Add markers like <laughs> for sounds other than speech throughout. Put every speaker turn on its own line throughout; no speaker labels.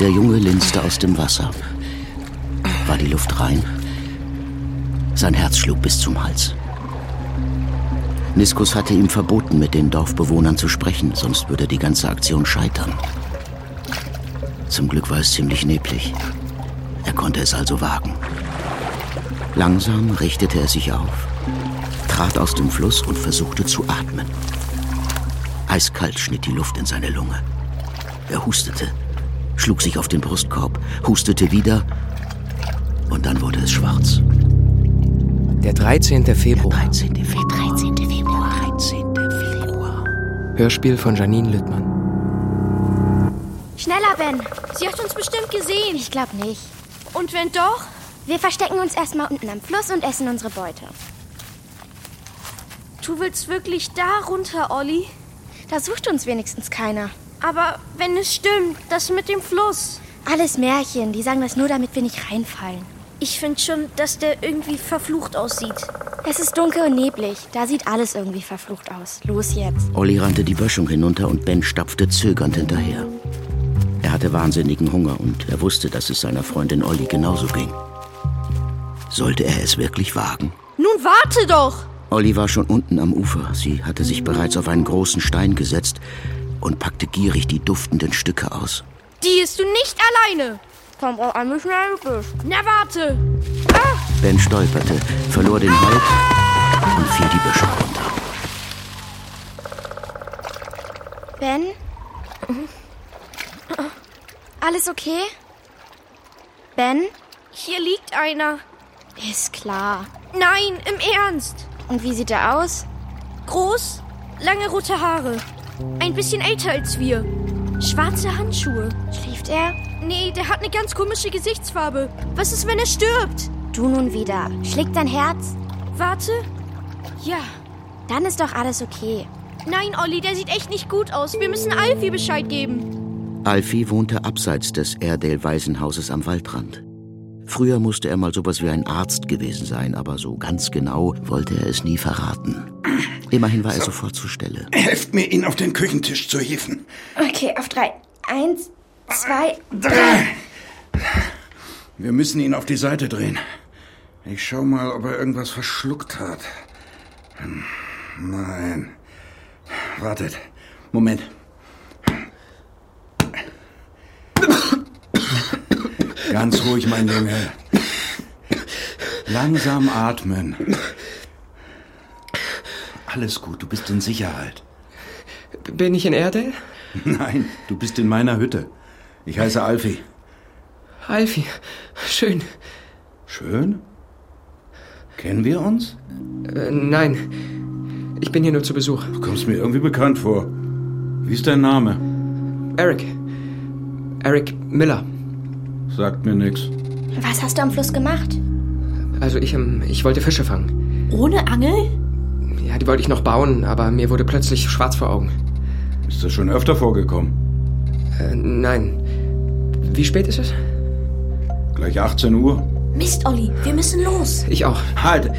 der Junge linste aus dem Wasser. War die Luft rein? Sein Herz schlug bis zum Hals. Niskus hatte ihm verboten, mit den Dorfbewohnern zu sprechen, sonst würde die ganze Aktion scheitern. Zum Glück war es ziemlich neblig. Er konnte es also wagen. Langsam richtete er sich auf, trat aus dem Fluss und versuchte zu atmen. Eiskalt schnitt die Luft in seine Lunge. Er hustete, schlug sich auf den Brustkorb, hustete wieder und dann wurde es schwarz.
Der 13. Februar.
Der 13. Februar.
13. Februar.
13. Februar.
Hörspiel von Janine Lüttmann.
Schneller, Ben.
Sie hat uns bestimmt gesehen.
Ich glaube nicht.
Und wenn doch?
Wir verstecken uns erstmal unten am Fluss und essen unsere Beute.
Du willst wirklich da runter, Olli?
Da sucht uns wenigstens keiner.
Aber wenn es stimmt, das mit dem Fluss.
Alles Märchen, die sagen das nur, damit wir nicht reinfallen.
Ich finde schon, dass der irgendwie verflucht aussieht.
Es ist dunkel und neblig, da sieht alles irgendwie verflucht aus. Los jetzt.
Olli rannte die Böschung hinunter und Ben stapfte zögernd hinterher. Er hatte wahnsinnigen Hunger und er wusste, dass es seiner Freundin Olli genauso ging. Sollte er es wirklich wagen?
Nun warte doch!
Olli war schon unten am Ufer. Sie hatte sich bereits auf einen großen Stein gesetzt und packte gierig die duftenden Stücke aus.
Die ist du nicht alleine.
Komm, brauch einmal schnell bist.
Na warte.
Ben stolperte, verlor den Halt und fiel die Böschung runter.
Ben?
Mhm.
Alles okay? Ben?
Hier liegt einer.
Ist klar.
Nein, im Ernst.
Und wie sieht er aus?
Groß, lange rote Haare. Ein bisschen älter als wir. Schwarze Handschuhe.
Schläft er?
Nee, der hat eine ganz komische Gesichtsfarbe. Was ist, wenn er stirbt?
Du nun wieder. Schlägt dein Herz?
Warte. Ja.
Dann ist doch alles okay.
Nein, Olli, der sieht echt nicht gut aus. Wir müssen Alfie Bescheid geben.
Alfie wohnte abseits des Airedale-Waisenhauses am Waldrand. Früher musste er mal sowas wie ein Arzt gewesen sein, aber so ganz genau wollte er es nie verraten. Immerhin war er sofort zur Stelle.
Helft mir, ihn auf den Küchentisch zu hieven.
Okay, auf drei. Eins, zwei.
Drei. Wir müssen ihn auf die Seite drehen. Ich schau mal, ob er irgendwas verschluckt hat. Hm, Nein. Wartet. Moment. Ganz ruhig, mein Junge. Langsam atmen. Alles gut, du bist in Sicherheit.
Bin ich in Erde?
Nein, du bist in meiner Hütte. Ich heiße Alfie.
Alfie, schön.
Schön? Kennen wir uns?
Äh, nein, ich bin hier nur zu Besuch.
Du kommst mir irgendwie bekannt vor. Wie ist dein Name?
Eric. Eric Miller.
Sagt mir nix.
Was hast du am Fluss gemacht?
Also ich, ähm, ich wollte Fische fangen.
Ohne Angel?
Ja, die wollte ich noch bauen, aber mir wurde plötzlich schwarz vor Augen.
Ist das schon öfter vorgekommen?
Äh, nein. Wie spät ist es?
Gleich 18 Uhr.
Mist, Olli, wir müssen los.
Ich auch.
Halt!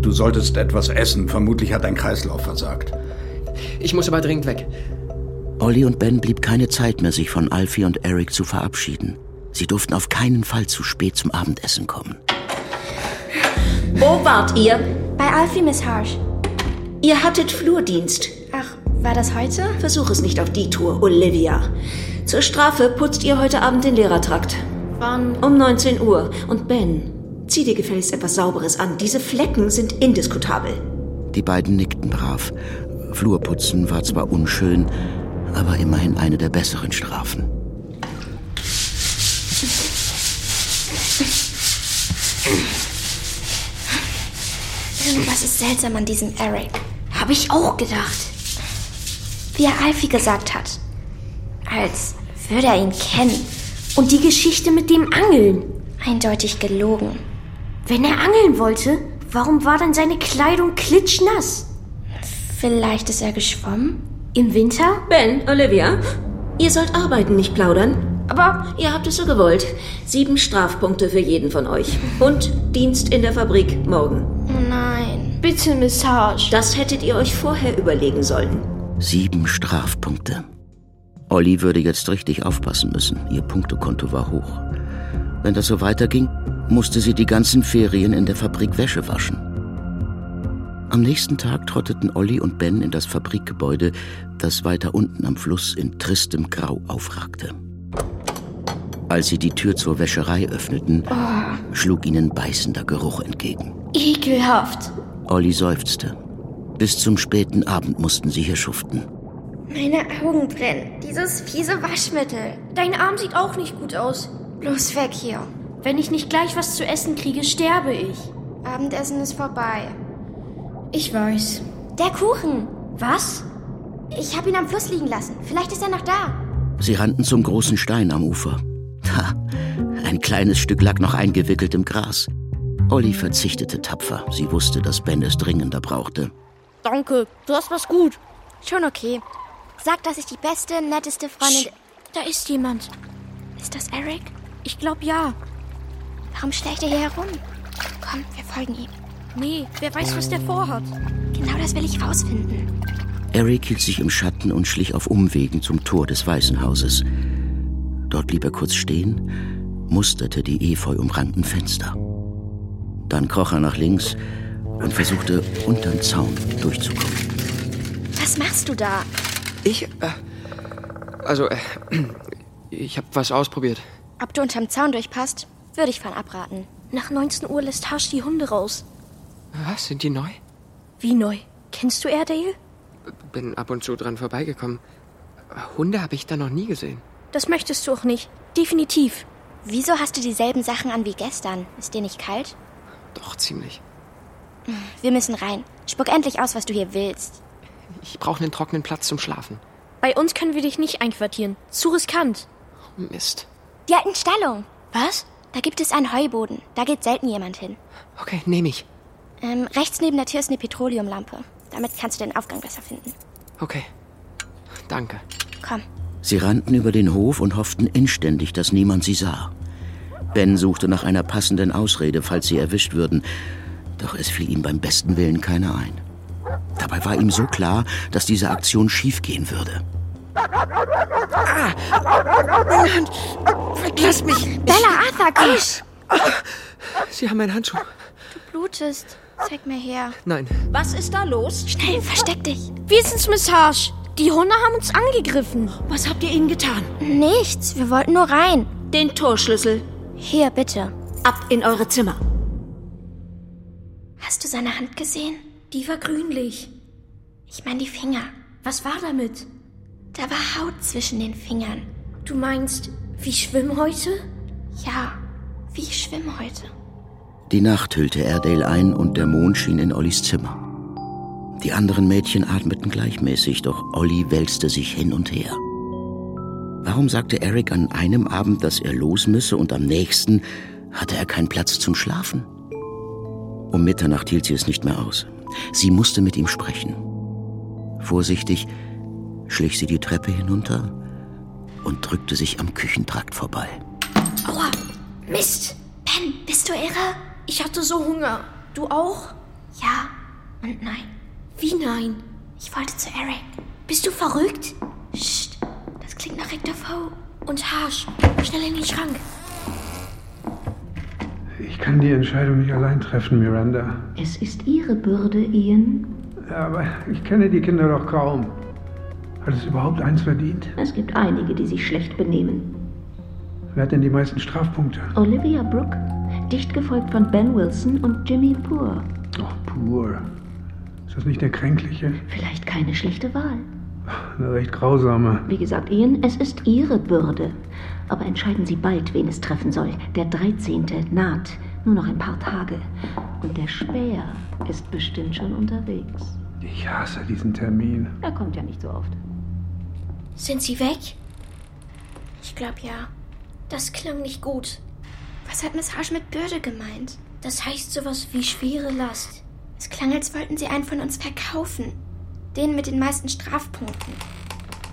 Du solltest etwas essen. Vermutlich hat dein Kreislauf versagt.
Ich muss aber dringend weg.
Olli und Ben blieb keine Zeit mehr, sich von Alfie und Eric zu verabschieden. Sie durften auf keinen Fall zu spät zum Abendessen kommen.
Wo Oh, wart ihr?
Bei Alfie Miss Harsh.
Ihr hattet Flurdienst.
Ach, war das heute?
Versuch es nicht auf die Tour, Olivia. Zur Strafe putzt ihr heute Abend den Lehrertrakt.
Wann?
Um 19 Uhr. Und Ben, zieh dir gefälligst etwas Sauberes an. Diese Flecken sind indiskutabel.
Die beiden nickten brav. Flurputzen war zwar unschön, aber immerhin eine der besseren Strafen.
Irgendwas ist seltsam an diesem Eric.
Habe ich auch gedacht.
Wie er Alfie gesagt hat. Als würde er ihn kennen.
Und die Geschichte mit dem Angeln.
Eindeutig gelogen.
Wenn er angeln wollte, warum war dann seine Kleidung klitschnass?
Vielleicht ist er geschwommen?
Im Winter? Ben, Olivia, ihr sollt arbeiten, nicht plaudern. Aber ihr habt es so gewollt. Sieben Strafpunkte für jeden von euch. Und Dienst in der Fabrik morgen.
Oh nein.
Bitte, Miss Harsh.
Das hättet ihr euch vorher überlegen sollen.
Sieben Strafpunkte. Olli würde jetzt richtig aufpassen müssen. Ihr Punktekonto war hoch. Wenn das so weiterging, musste sie die ganzen Ferien in der Fabrik Wäsche waschen. Am nächsten Tag trotteten Olli und Ben in das Fabrikgebäude, das weiter unten am Fluss in tristem Grau aufragte. Als sie die Tür zur Wäscherei öffneten, schlug ihnen beißender Geruch entgegen.
Ekelhaft.
Olli seufzte. Bis zum späten Abend mussten sie hier schuften.
Meine Augen brennen. Dieses fiese Waschmittel.
Dein Arm sieht auch nicht gut aus.
Bloß weg hier.
Wenn ich nicht gleich was zu essen kriege, sterbe ich.
Abendessen ist vorbei.
Ich weiß.
Der Kuchen.
Was?
Ich habe ihn am Fluss liegen lassen. Vielleicht ist er noch da.
Sie rannten zum großen Stein am Ufer. Ha, ein kleines Stück lag noch eingewickelt im Gras. Olli verzichtete tapfer. Sie wusste, dass Ben es dringender brauchte.
Danke, du hast was gut.
Schon okay. Sag, dass ich die beste, netteste Freundin.
Da ist jemand.
Ist das Eric?
Ich glaub ja.
Warum schleicht er hier herum? Komm, wir folgen ihm.
Nee, wer weiß, was der vorhat.
Genau das will ich rausfinden.
Eric hielt sich im Schatten und schlich auf Umwegen zum Tor des Waisenhauses. Dort blieb er kurz stehen, musterte die efeu umrankten Fenster. Dann kroch er nach links und versuchte, unterm Zaun durchzukommen.
Was machst du da?
Ich, äh, also, äh, ich habe was ausprobiert.
Ob du unterm Zaun durchpasst, würde ich von abraten.
Nach 19 Uhr lässt Hasch die Hunde raus.
Was, sind die neu?
Wie neu? Kennst du Airedale?
Bin ab und zu dran vorbeigekommen. Aber Hunde habe ich da noch nie gesehen.
Das möchtest du auch nicht. Definitiv.
Wieso hast du dieselben Sachen an wie gestern? Ist dir nicht kalt?
Doch, ziemlich.
Wir müssen rein. Spuck endlich aus, was du hier willst.
Ich brauche einen trockenen Platz zum Schlafen.
Bei uns können wir dich nicht einquartieren. Zu riskant.
Mist.
Die alten Stallung.
Was?
Da gibt es einen Heuboden. Da geht selten jemand hin.
Okay, nehme ich.
Ähm, rechts neben der Tür ist eine Petroleumlampe. Damit kannst du den Aufgang besser finden.
Okay. Danke.
Komm.
Sie rannten über den Hof und hofften inständig, dass niemand sie sah. Ben suchte nach einer passenden Ausrede, falls sie erwischt würden, doch es fiel ihm beim besten Willen keine ein. Dabei war ihm so klar, dass diese Aktion schiefgehen würde.
Lass mich!
Bella, Arthur, Kisch!
Sie haben meinen Handschuh.
Blutest. Zeig mir her.
Nein.
Was ist da los?
Schnell, versteck dich.
Wir sind's, Miss Hasch. Die Hunde haben uns angegriffen.
Was habt ihr ihnen getan?
Nichts. Wir wollten nur rein.
Den Torschlüssel.
Hier, bitte.
Ab in eure Zimmer.
Hast du seine Hand gesehen?
Die war grünlich.
Ich meine die Finger.
Was war damit?
Da war Haut zwischen den Fingern.
Du meinst, wie Schwimmhäute?
Ja, wie ich schwimme heute.
Die Nacht hüllte Airedale ein und der Mond schien in Ollis Zimmer. Die anderen Mädchen atmeten gleichmäßig, doch Olli wälzte sich hin und her. Warum sagte Eric an einem Abend, dass er los müsse und am nächsten hatte er keinen Platz zum Schlafen? Um Mitternacht hielt sie es nicht mehr aus. Sie musste mit ihm sprechen. Vorsichtig schlich sie die Treppe hinunter und drückte sich am Küchentrakt vorbei.
Aua. Mist.
Ben, bist du irre?
Ich hatte so Hunger. Du auch?
Ja und nein.
Wie nein?
Ich wollte zu Eric.
Bist du verrückt?
Psst, das klingt nach Rick Defoe.
Und Hasch. Schnell in den Schrank.
Ich kann die Entscheidung nicht allein treffen, Miranda.
Es ist Ihre Bürde, Ian.
Aber ich kenne die Kinder doch kaum. Hat es überhaupt eins verdient?
Es gibt einige, die sich schlecht benehmen.
Wer hat denn die meisten Strafpunkte?
Olivia Brooke, dicht gefolgt von Ben Wilson und Jimmy Poor.
Oh, pur. Ist das nicht der Kränkliche?
Vielleicht keine schlechte Wahl.
Eine recht grausame.
Wie gesagt, Ian, es ist Ihre Bürde. Aber entscheiden Sie bald, wen es treffen soll. Der 13. naht. Nur noch ein paar Tage. Und der Späher ist bestimmt schon unterwegs.
Ich hasse diesen Termin.
Er kommt ja nicht so oft.
Sind sie weg?
Ich glaube ja.
Das klang nicht gut.
Was hat Miss Harsh mit Bürde gemeint?
Das heißt sowas wie schwere Last.
Es klang, als wollten sie einen von uns verkaufen. Den mit den meisten Strafpunkten.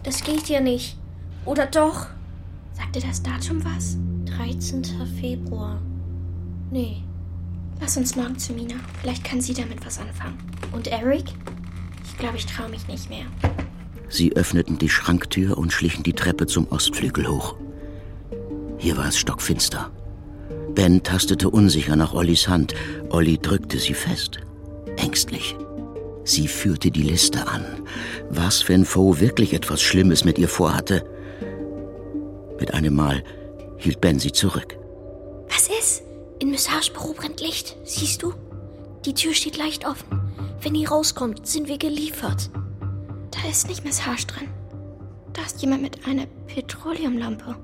Das geht ja nicht. Oder doch?
Sagt dir das Datum was?
13. Februar. Nee.
Lass uns morgen zu Mina. Vielleicht kann sie damit was anfangen.
Und Eric?
Ich glaube, ich traue mich nicht mehr.
Sie öffneten die Schranktür und schlichen die Treppe zum Ostflügel hoch. Hier war es stockfinster. Ben tastete unsicher nach Ollis Hand. Olli drückte sie fest. Ängstlich. Sie führte die Liste an. Was, wenn Foe wirklich etwas Schlimmes mit ihr vorhatte? Mit einem Mal hielt Ben sie zurück.
Was ist? In Miss Harshbüro brennt Licht, siehst du? Die Tür steht leicht offen. Wenn die rauskommt, sind wir geliefert.
Da ist nicht Miss Harsh drin. Da ist jemand mit einer Petroleumlampe.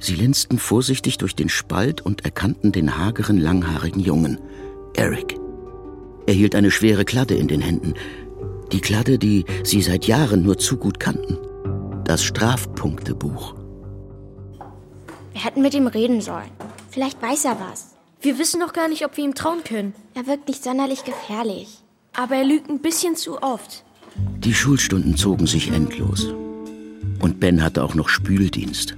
Sie linsten vorsichtig durch den Spalt und erkannten den hageren, langhaarigen Jungen, Eric. Er hielt eine schwere Kladde in den Händen. Die Kladde, die sie seit Jahren nur zu gut kannten. Das Strafpunktebuch.
Wir hätten mit ihm reden sollen. Vielleicht weiß er was.
Wir wissen noch gar nicht, ob wir ihm trauen können.
Er wirkt nicht sonderlich gefährlich.
Aber er lügt ein bisschen zu oft.
Die Schulstunden zogen sich endlos. Und Ben hatte auch noch Spüldienst.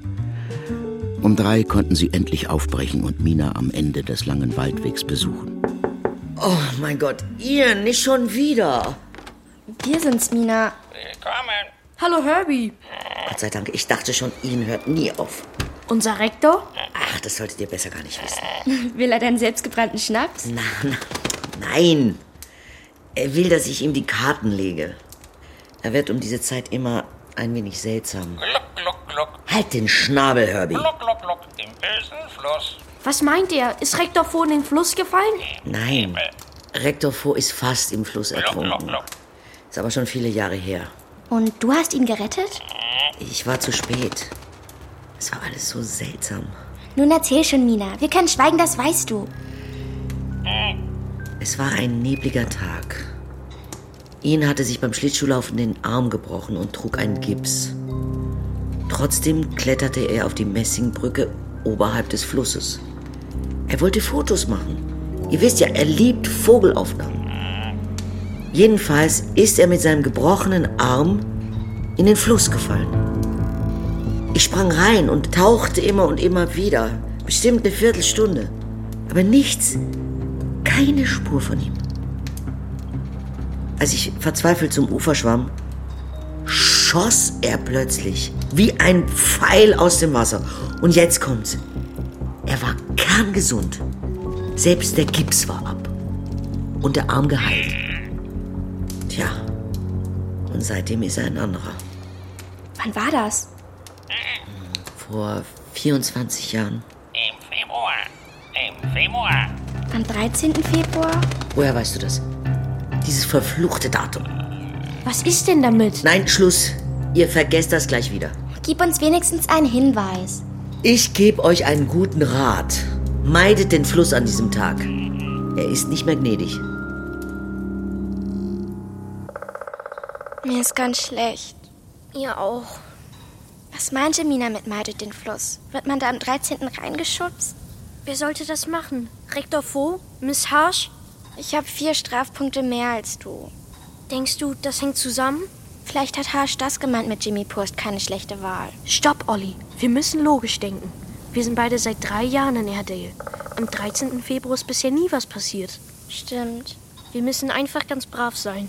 Um drei konnten sie endlich aufbrechen und Mina am Ende des langen Waldwegs besuchen.
Oh mein Gott, ihr nicht schon wieder.
Wir sind's, Mina.
Willkommen.
Hallo Herbie.
Gott sei Dank, ich dachte schon, ihn hört nie auf.
Unser Rektor?
Ach, das solltet ihr besser gar nicht wissen.
Will er deinen selbstgebrannten Schnaps?
Na, na, nein. Er will, dass ich ihm die Karten lege. Er wird um diese Zeit immer ein wenig seltsam.
Gluck, gluck, gluck.
Halt den Schnabel, Herbie.
Gluck, gluck, gluck. Im bösen Fluss.
Was meint er? Ist Rektor vor in den Fluss gefallen?
Nein. Rektor Fo ist fast im Fluss
Gluck,
ertrunken.
gluck.
Ist aber schon viele Jahre her.
Und du hast ihn gerettet?
Ich war zu spät. Es war alles so seltsam.
Nun erzähl schon, Mina. Wir können schweigen, das weißt du.
Es war ein nebliger Tag. Ian hatte sich beim Schlittschuhlaufen den Arm gebrochen und trug einen Gips. Trotzdem kletterte er auf die Messingbrücke oberhalb des Flusses. Er wollte Fotos machen. Ihr wisst ja, er liebt Vogelaufnahmen. Jedenfalls ist er mit seinem gebrochenen Arm in den Fluss gefallen. Ich sprang rein und tauchte immer und immer wieder. Bestimmt eine Viertelstunde. Aber nichts, keine Spur von ihm. Als ich verzweifelt zum Ufer schwamm, schoss er plötzlich wie ein Pfeil aus dem Wasser. Und jetzt kommt's. Er war kerngesund. Selbst der Gips war ab. Und der Arm geheilt. Tja, und seitdem ist er ein anderer.
Wann war das?
Vor 24 Jahren.
Im Februar. Im Februar.
Am 13. Februar?
Woher weißt du das? Dieses verfluchte Datum.
Was ist denn damit?
Nein, Schluss. Ihr vergesst das gleich wieder.
Gib uns wenigstens einen Hinweis.
Ich gebe euch einen guten Rat. Meidet den Fluss an diesem Tag. Er ist nicht mehr gnädig.
Mir ist ganz schlecht.
Ihr auch.
Was meinte Mina mit meidet den Fluss? Wird man da am 13. reingeschubst?
Wer sollte das machen? Rektor Faux? Miss Harsh?
Ich habe vier Strafpunkte mehr als du.
Denkst du, das hängt zusammen?
Vielleicht hat Harsh das gemeint mit Jimmy Post. Keine schlechte Wahl.
Stopp, Olli. Wir müssen logisch denken. Wir sind beide seit drei Jahren in Erdale. Am 13. Februar ist bisher nie was passiert.
Stimmt.
Wir müssen einfach ganz brav sein.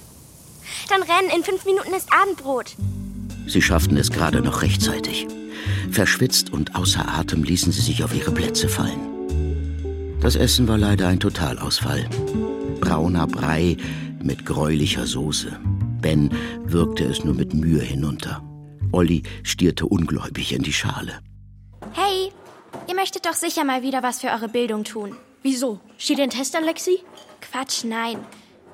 Dann rennen, in fünf Minuten ist Abendbrot.
Sie schafften es gerade noch rechtzeitig. Verschwitzt und außer Atem ließen sie sich auf ihre Plätze fallen. Das Essen war leider ein Totalausfall. Brauner Brei mit gräulicher Soße. Ben wirkte es nur mit Mühe hinunter. Olli stierte ungläubig in die Schale.
Hey, ihr möchtet doch sicher mal wieder was für eure Bildung tun.
Wieso? Steht ein Test an, Lexi?
Quatsch, nein.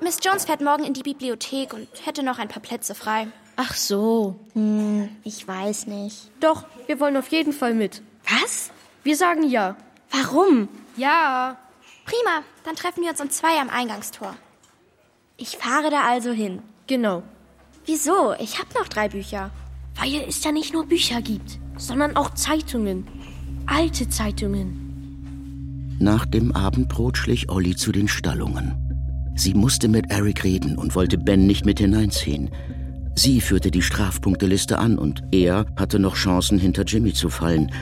Miss Jones fährt morgen in die Bibliothek und hätte noch ein paar Plätze frei.
Ach so.
Hm, Ich weiß nicht.
Doch, wir wollen auf jeden Fall mit.
Was?
Wir sagen ja.
Warum?
Ja.
Prima, dann treffen wir uns um zwei am Eingangstor. Ich fahre da also hin.
Genau.
Wieso? Ich hab noch drei Bücher.
Weil es ja nicht nur Bücher gibt, sondern auch Zeitungen. Alte Zeitungen.
Nach dem Abendbrot schlich Olli zu den Stallungen. Sie musste mit Eric reden und wollte Ben nicht mit hineinziehen. Sie führte die Strafpunkteliste an und er hatte noch Chancen, hinter Jimmy zu fallen,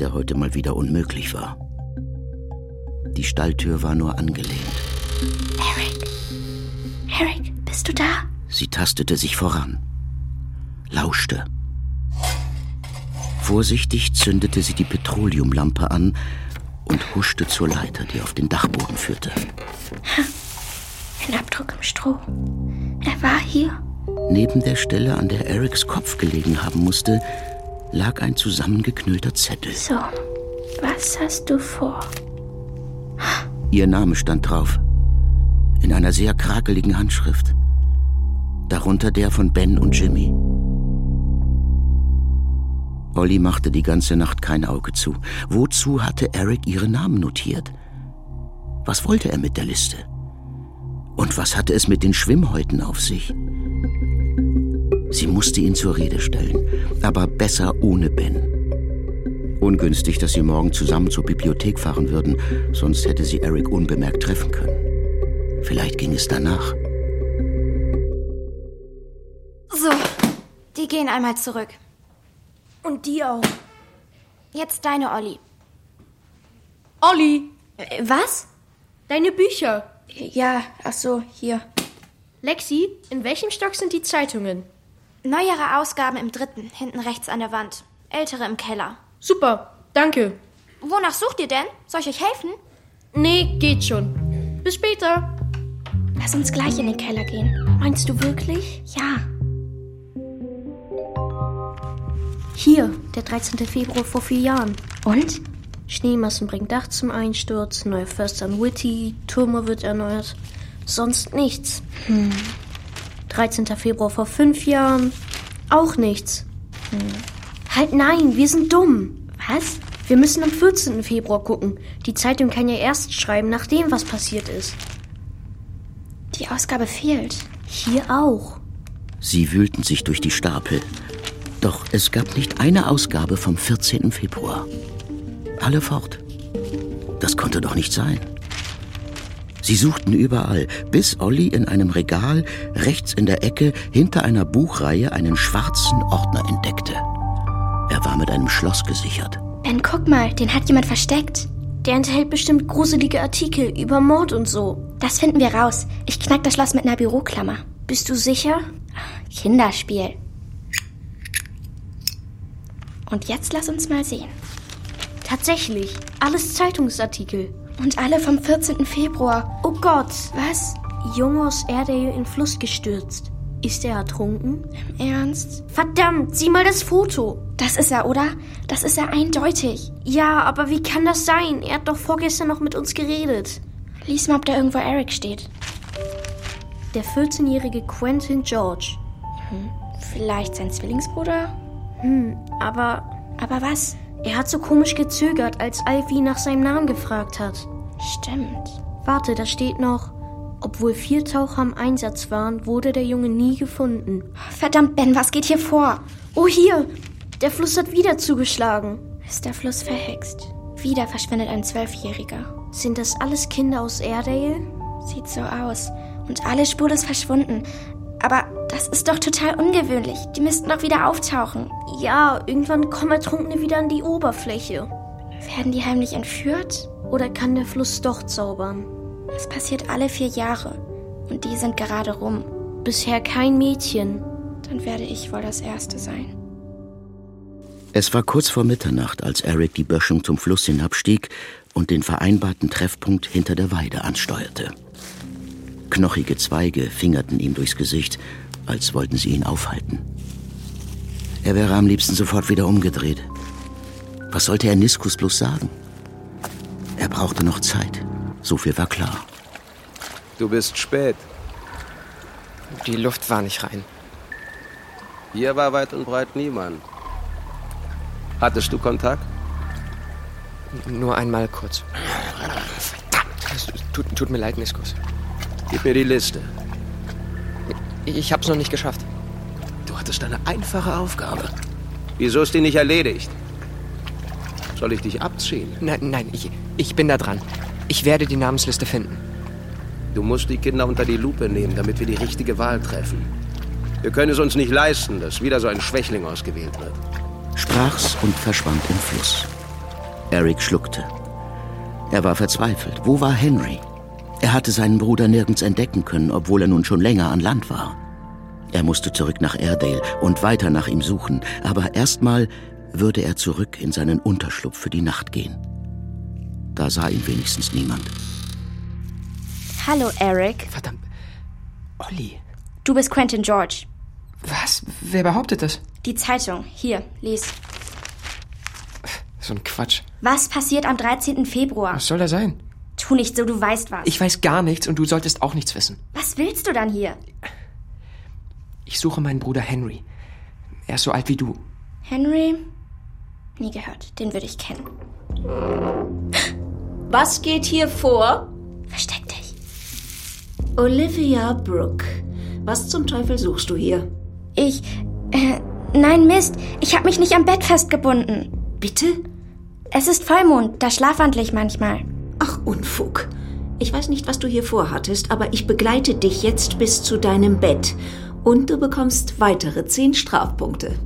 der heute mal wieder unmöglich war. Die Stalltür war nur angelehnt.
Eric, bist du da?
Sie tastete sich voran. lauschte. Vorsichtig zündete sie die Petroleumlampe an und huschte zur Leiter, die auf den Dachboden führte.
Ein Abdruck im Stroh. Er war hier.
Neben der Stelle, an der Erics Kopf gelegen haben musste, lag ein zusammengeknüllter Zettel.
So, was hast du vor?
Ihr Name stand drauf. In einer sehr krakeligen Handschrift. Darunter der von Ben und Jimmy. Olli machte die ganze Nacht kein Auge zu. Wozu hatte Eric ihre Namen notiert? Was wollte er mit der Liste? Und was hatte es mit den Schwimmhäuten auf sich? Sie musste ihn zur Rede stellen, aber besser ohne Ben. Ungünstig, dass sie morgen zusammen zur Bibliothek fahren würden, sonst hätte sie Eric unbemerkt treffen können. Vielleicht ging es danach.
So, die gehen einmal zurück. Und die auch. Jetzt deine Olli. Olli! Äh, Was? Deine Bücher. Ja, ach so, hier. Lexi, in welchem Stock sind die Zeitungen? Neuere Ausgaben im dritten, hinten rechts an der Wand. Ältere im Keller.
Super, danke.
Wonach sucht ihr denn? Soll ich euch helfen?
Nee, geht schon. Bis später.
Lass uns gleich in den Keller gehen. Meinst du wirklich? Ja.
Hier, der 13. Februar vor vier Jahren. Und? Schneemassen bringt Dach zum Einsturz, neue Förster an Witty, Turme wird erneuert. Sonst nichts.
Hm.
13. Februar vor fünf Jahren. Auch nichts. Halt nein, wir sind dumm. Was? Wir müssen am 14. Februar gucken. Die Zeitung kann ja erst schreiben, nachdem was passiert ist.
Die Ausgabe fehlt.
Hier auch.
Sie wühlten sich durch die Stapel. Doch es gab nicht eine Ausgabe vom 14. Februar. Alle fort. Das konnte doch nicht sein. Sie suchten überall, bis Olli in einem Regal, rechts in der Ecke, hinter einer Buchreihe einen schwarzen Ordner entdeckte. Er war mit einem Schloss gesichert.
Ben, guck mal, den hat jemand versteckt.
Der enthält bestimmt gruselige Artikel über Mord und so.
Das finden wir raus. Ich knack das Schloss mit einer Büroklammer.
Bist du sicher?
Kinderspiel. Und jetzt lass uns mal sehen.
Tatsächlich. Alles Zeitungsartikel.
Und alle vom 14. Februar.
Oh Gott.
Was?
Junge aus Erdale in Fluss gestürzt. Ist er ertrunken?
Im Ernst?
Verdammt, sieh mal das Foto.
Das ist er, oder? Das ist er eindeutig.
Ja, aber wie kann das sein? Er hat doch vorgestern noch mit uns geredet.
Lies mal, ob da irgendwo Eric steht.
Der 14-jährige Quentin George.
Hm. Vielleicht sein Zwillingsbruder?
Hm, aber.
Aber was?
Er hat so komisch gezögert, als Alfie nach seinem Namen gefragt hat.
Stimmt.
Warte, da steht noch. Obwohl vier Taucher im Einsatz waren, wurde der Junge nie gefunden.
Verdammt, Ben, was geht hier vor?
Oh, hier! Der Fluss hat wieder zugeschlagen.
Ist der Fluss verhext? Wieder verschwindet ein Zwölfjähriger.
Sind das alles Kinder aus Airdale?
Sieht so aus. Und alle Spur ist verschwunden. Aber das ist doch total ungewöhnlich. Die müssten doch wieder auftauchen.
Ja, irgendwann kommen Ertrunkene wieder an die Oberfläche.
Werden die heimlich entführt?
Oder kann der Fluss doch zaubern?
Es passiert alle vier Jahre. Und die sind gerade rum.
Bisher kein Mädchen.
Dann werde ich wohl das Erste sein.
Es war kurz vor Mitternacht, als Eric die Böschung zum Fluss hinabstieg und den vereinbarten Treffpunkt hinter der Weide ansteuerte. Knochige Zweige fingerten ihm durchs Gesicht, als wollten sie ihn aufhalten. Er wäre am liebsten sofort wieder umgedreht. Was sollte er Niskus bloß sagen? Er brauchte noch Zeit. So viel war klar.
Du bist spät.
Die Luft war nicht rein.
Hier war weit und breit niemand. Hattest du Kontakt?
Nur einmal kurz. Verdammt! Es tut, tut mir leid, Niskus.
Gib mir die Liste.
Ich hab's noch nicht geschafft.
Du hattest eine einfache Aufgabe. Wieso ist die nicht erledigt? Soll ich dich abziehen?
Nein, nein, ich, ich bin da dran. Ich werde die Namensliste finden.
Du musst die Kinder unter die Lupe nehmen, damit wir die richtige Wahl treffen. Wir können es uns nicht leisten, dass wieder so ein Schwächling ausgewählt wird.
Sprach's und verschwand im Fluss. Eric schluckte. Er war verzweifelt. Wo war Henry? Er hatte seinen Bruder nirgends entdecken können, obwohl er nun schon länger an Land war. Er musste zurück nach Airdale und weiter nach ihm suchen, aber erstmal würde er zurück in seinen Unterschlupf für die Nacht gehen. Da sah ihn wenigstens niemand.
Hallo, Eric.
Verdammt. Olli.
Du bist Quentin George.
Was? Wer behauptet das?
Die Zeitung. Hier, lies.
So ein Quatsch.
Was passiert am 13. Februar?
Was soll da sein?
Tu nicht so, du weißt was.
Ich weiß gar nichts und du solltest auch nichts wissen.
Was willst du dann hier?
Ich suche meinen Bruder Henry. Er ist so alt wie du.
Henry? Nie gehört. Den würde ich kennen.
Was geht hier vor? Versteck dich. Olivia Brooke, was zum Teufel suchst du hier?
Ich. Äh, nein, Mist. Ich habe mich nicht am Bett festgebunden.
Bitte?
Es ist Vollmond. Da schlafwandle ich manchmal.
Ach, Unfug. Ich weiß nicht, was du hier vorhattest, aber ich begleite dich jetzt bis zu deinem Bett. Und du bekommst weitere zehn Strafpunkte.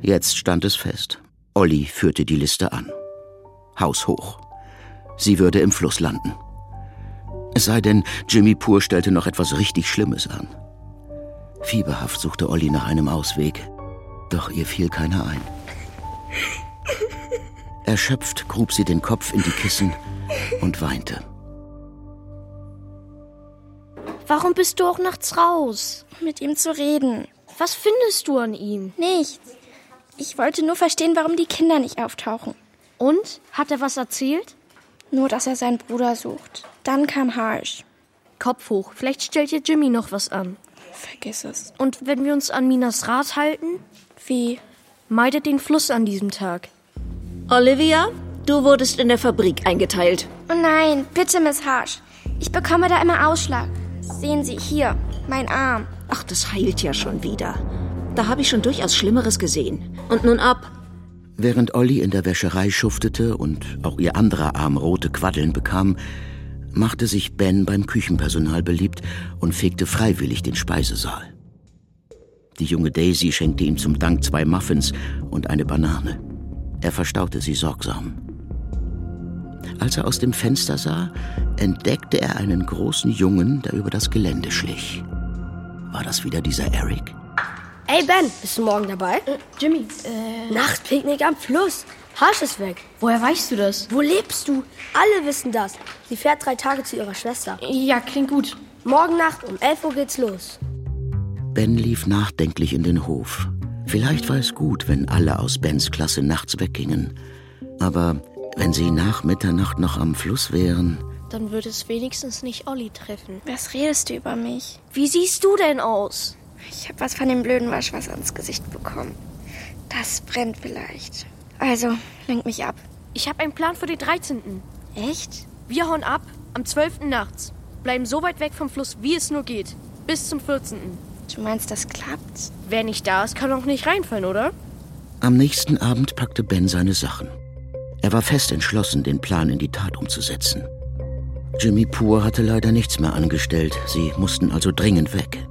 Jetzt stand es fest. Olli führte die Liste an. Haus hoch. Sie würde im Fluss landen. Es sei denn, Jimmy Pur stellte noch etwas richtig Schlimmes an. Fieberhaft suchte Olli nach einem Ausweg, doch ihr fiel keiner ein. Erschöpft grub sie den Kopf in die Kissen und weinte.
Warum bist du auch nachts raus?
Mit ihm zu reden.
Was findest du an ihm?
Nichts. Ich wollte nur verstehen, warum die Kinder nicht auftauchen.
Und? Hat er was erzählt?
Nur, dass er seinen Bruder sucht. Dann kam Harsh.
Kopf hoch. Vielleicht stellt dir Jimmy noch was an.
Vergiss es.
Und wenn wir uns an Minas Rat halten?
Wie?
Meidet den Fluss an diesem Tag.
Olivia, du wurdest in der Fabrik eingeteilt.
Oh nein, bitte, Miss Harsh. Ich bekomme da immer Ausschlag. Sehen Sie hier, mein Arm.
Ach, das heilt ja schon wieder. Da habe ich schon durchaus Schlimmeres gesehen. Und nun ab.
Während Olli in der Wäscherei schuftete und auch ihr anderer Arm rote Quaddeln bekam, machte sich Ben beim Küchenpersonal beliebt und fegte freiwillig den Speisesaal. Die junge Daisy schenkte ihm zum Dank zwei Muffins und eine Banane. Er verstaute sie sorgsam. Als er aus dem Fenster sah, entdeckte er einen großen Jungen, der über das Gelände schlich. War das wieder dieser Eric?
Ey Ben, bist du morgen dabei?
Jimmy,
Nachtpicknick am Fluss. Harsch ist weg.
woher weißt du das?
Wo lebst du? Alle wissen das. Sie fährt drei Tage zu ihrer Schwester.
Ja, klingt gut.
Morgen Nacht um 11 Uhr geht's los.
Ben lief nachdenklich in den Hof. Vielleicht war es gut, wenn alle aus Bens Klasse nachts weggingen. Aber wenn sie nach Mitternacht noch am Fluss wären.
Dann würde es wenigstens nicht Olli treffen.
Was redest du über mich?
Wie siehst du denn aus?
Ich habe was von dem blöden Waschwasser ins Gesicht bekommen. Das brennt vielleicht. Also, lenk mich ab.
Ich habe einen Plan für den 13.
Echt?
Wir hauen ab am 12. nachts. Bleiben so weit weg vom Fluss, wie es nur geht. Bis zum 14.
Du meinst, das klappt?
Wer nicht da ist, kann auch nicht reinfallen, oder?
Am nächsten Abend packte Ben seine Sachen. Er war fest entschlossen, den Plan in die Tat umzusetzen. Jimmy Pur hatte leider nichts mehr angestellt, sie mussten also dringend weg.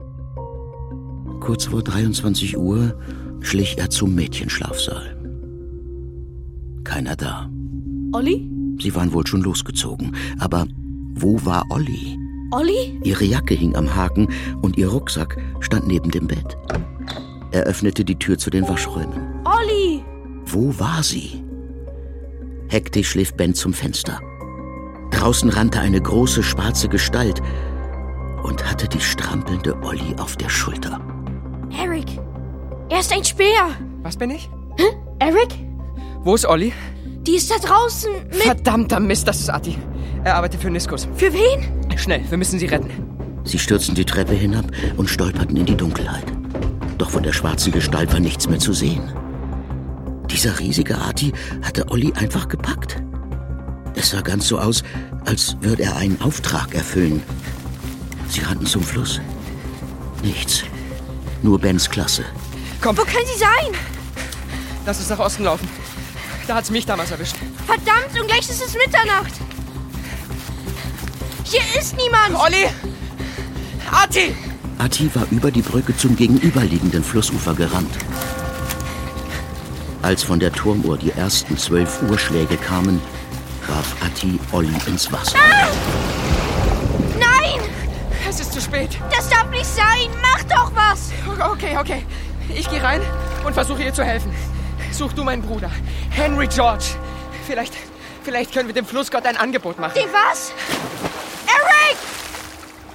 Kurz vor 23 Uhr schlich er zum Mädchenschlafsaal. Keiner da.
Olli?
Sie waren wohl schon losgezogen, aber wo war Olli?
Olli?
Ihre Jacke hing am Haken und ihr Rucksack stand neben dem Bett. Er öffnete die Tür zu den Waschräumen.
Olli!
Wo war sie? Hektisch lief Ben zum Fenster. Draußen rannte eine große schwarze Gestalt und hatte die strampelnde Olli auf der Schulter.
Eric! Er ist ein Speer!
Was bin ich?
Hä? Eric?
Wo ist Olli?
Die ist da draußen mit...
Verdammter Mist, das ist Atti. Er arbeitet für Niskus.
Für wen?
Schnell, wir müssen sie retten.
Sie stürzten die Treppe hinab und stolperten in die Dunkelheit. Doch von der schwarzen Gestalt war nichts mehr zu sehen. Dieser riesige Arti hatte Olli einfach gepackt. Es sah ganz so aus, als würde er einen Auftrag erfüllen. Sie rannten zum Fluss. Nichts. Nur Bens Klasse.
Komm,
Wo können sie sein?
lass uns nach Osten laufen. Da hat's mich damals erwischt.
Verdammt, und gleich ist es Mitternacht. Hier ist niemand.
Olli! Atti!
Atti war über die Brücke zum gegenüberliegenden Flussufer gerannt. Als von der Turmuhr die ersten zwölf Uhrschläge kamen, warf Atti Olli ins Wasser.
Nein!
Es ist zu spät.
Das darf nicht sein. Mach doch
das?
Okay, okay. Ich gehe rein und versuche ihr zu helfen. Such du meinen Bruder, Henry George. Vielleicht, vielleicht können wir dem Flussgott ein Angebot machen.
Die was? Eric!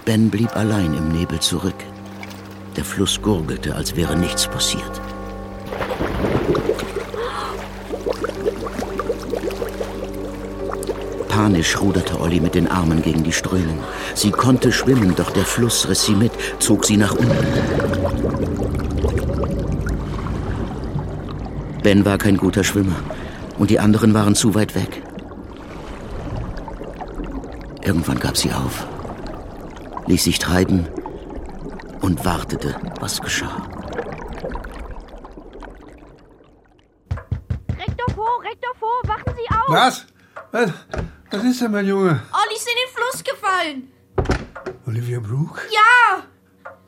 Ben blieb allein im Nebel zurück. Der Fluss gurgelte, als wäre nichts passiert. Panisch ruderte Olli mit den Armen gegen die Strömung. Sie konnte schwimmen, doch der Fluss riss sie mit, zog sie nach unten. Ben war kein guter Schwimmer und die anderen waren zu weit weg. Irgendwann gab sie auf, ließ sich treiben und wartete, was geschah.
Rektor Po, Rektor Po, wachen Sie auf!
Was? Was? Was ist denn, mein Junge?
Olli ist in den Fluss gefallen!
Olivia Brooke?
Ja!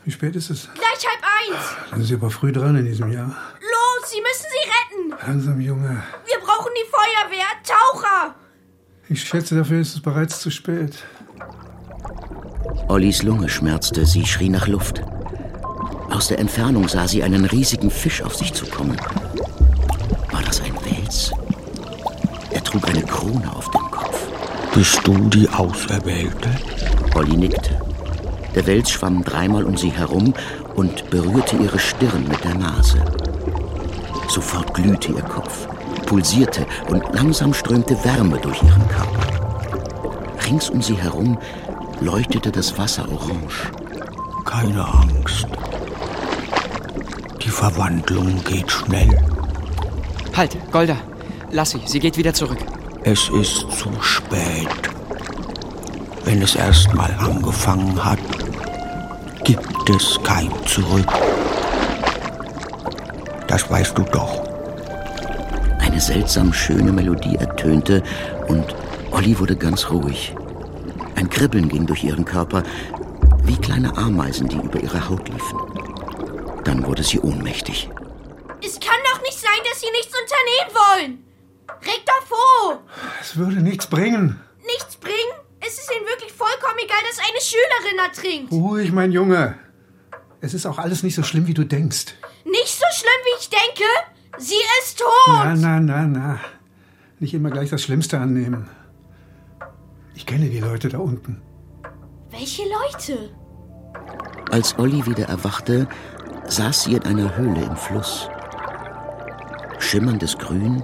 Wie spät ist es?
Gleich halb eins!
Dann ist sie aber früh dran in diesem Jahr.
Los, Sie müssen sie retten!
Langsam, Junge.
Wir brauchen die Feuerwehr, Taucher!
Ich schätze, dafür ist es bereits zu spät.
Ollis Lunge schmerzte, sie schrie nach Luft. Aus der Entfernung sah sie einen riesigen Fisch auf sich zukommen. War das ein Wels? Er trug eine Krone auf dem Kopf.
Bist du die Auserwählte?
Olli nickte. Der Wels schwamm dreimal um sie herum und berührte ihre Stirn mit der Nase. Sofort glühte ihr Kopf, pulsierte und langsam strömte Wärme durch ihren Körper. Rings um sie herum leuchtete das Wasser orange.
Keine Angst. Die Verwandlung geht schnell.
Halt, Golda. Lass sie, sie geht wieder zurück.
Es ist zu spät. Wenn es erstmal angefangen hat, gibt es kein Zurück. Das weißt du doch.
Eine seltsam schöne Melodie ertönte und Olli wurde ganz ruhig. Ein Kribbeln ging durch ihren Körper, wie kleine Ameisen, die über ihre Haut liefen. Dann wurde sie ohnmächtig.
Es kann doch nicht sein, dass Sie nichts unternehmen wollen! Rektor Po!
Es würde nichts bringen.
Nichts bringen? Es ist Ihnen wirklich vollkommen egal, dass eine Schülerin ertrinkt.
Ruhig, mein Junge. Es ist auch alles nicht so schlimm, wie du denkst.
Nicht so schlimm, wie ich denke. Sie ist tot!
Na, na, na, na. Nicht immer gleich das Schlimmste annehmen. Ich kenne die Leute da unten.
Welche Leute?
Als Olli wieder erwachte, saß sie in einer Höhle im Fluss. Schimmerndes Grün,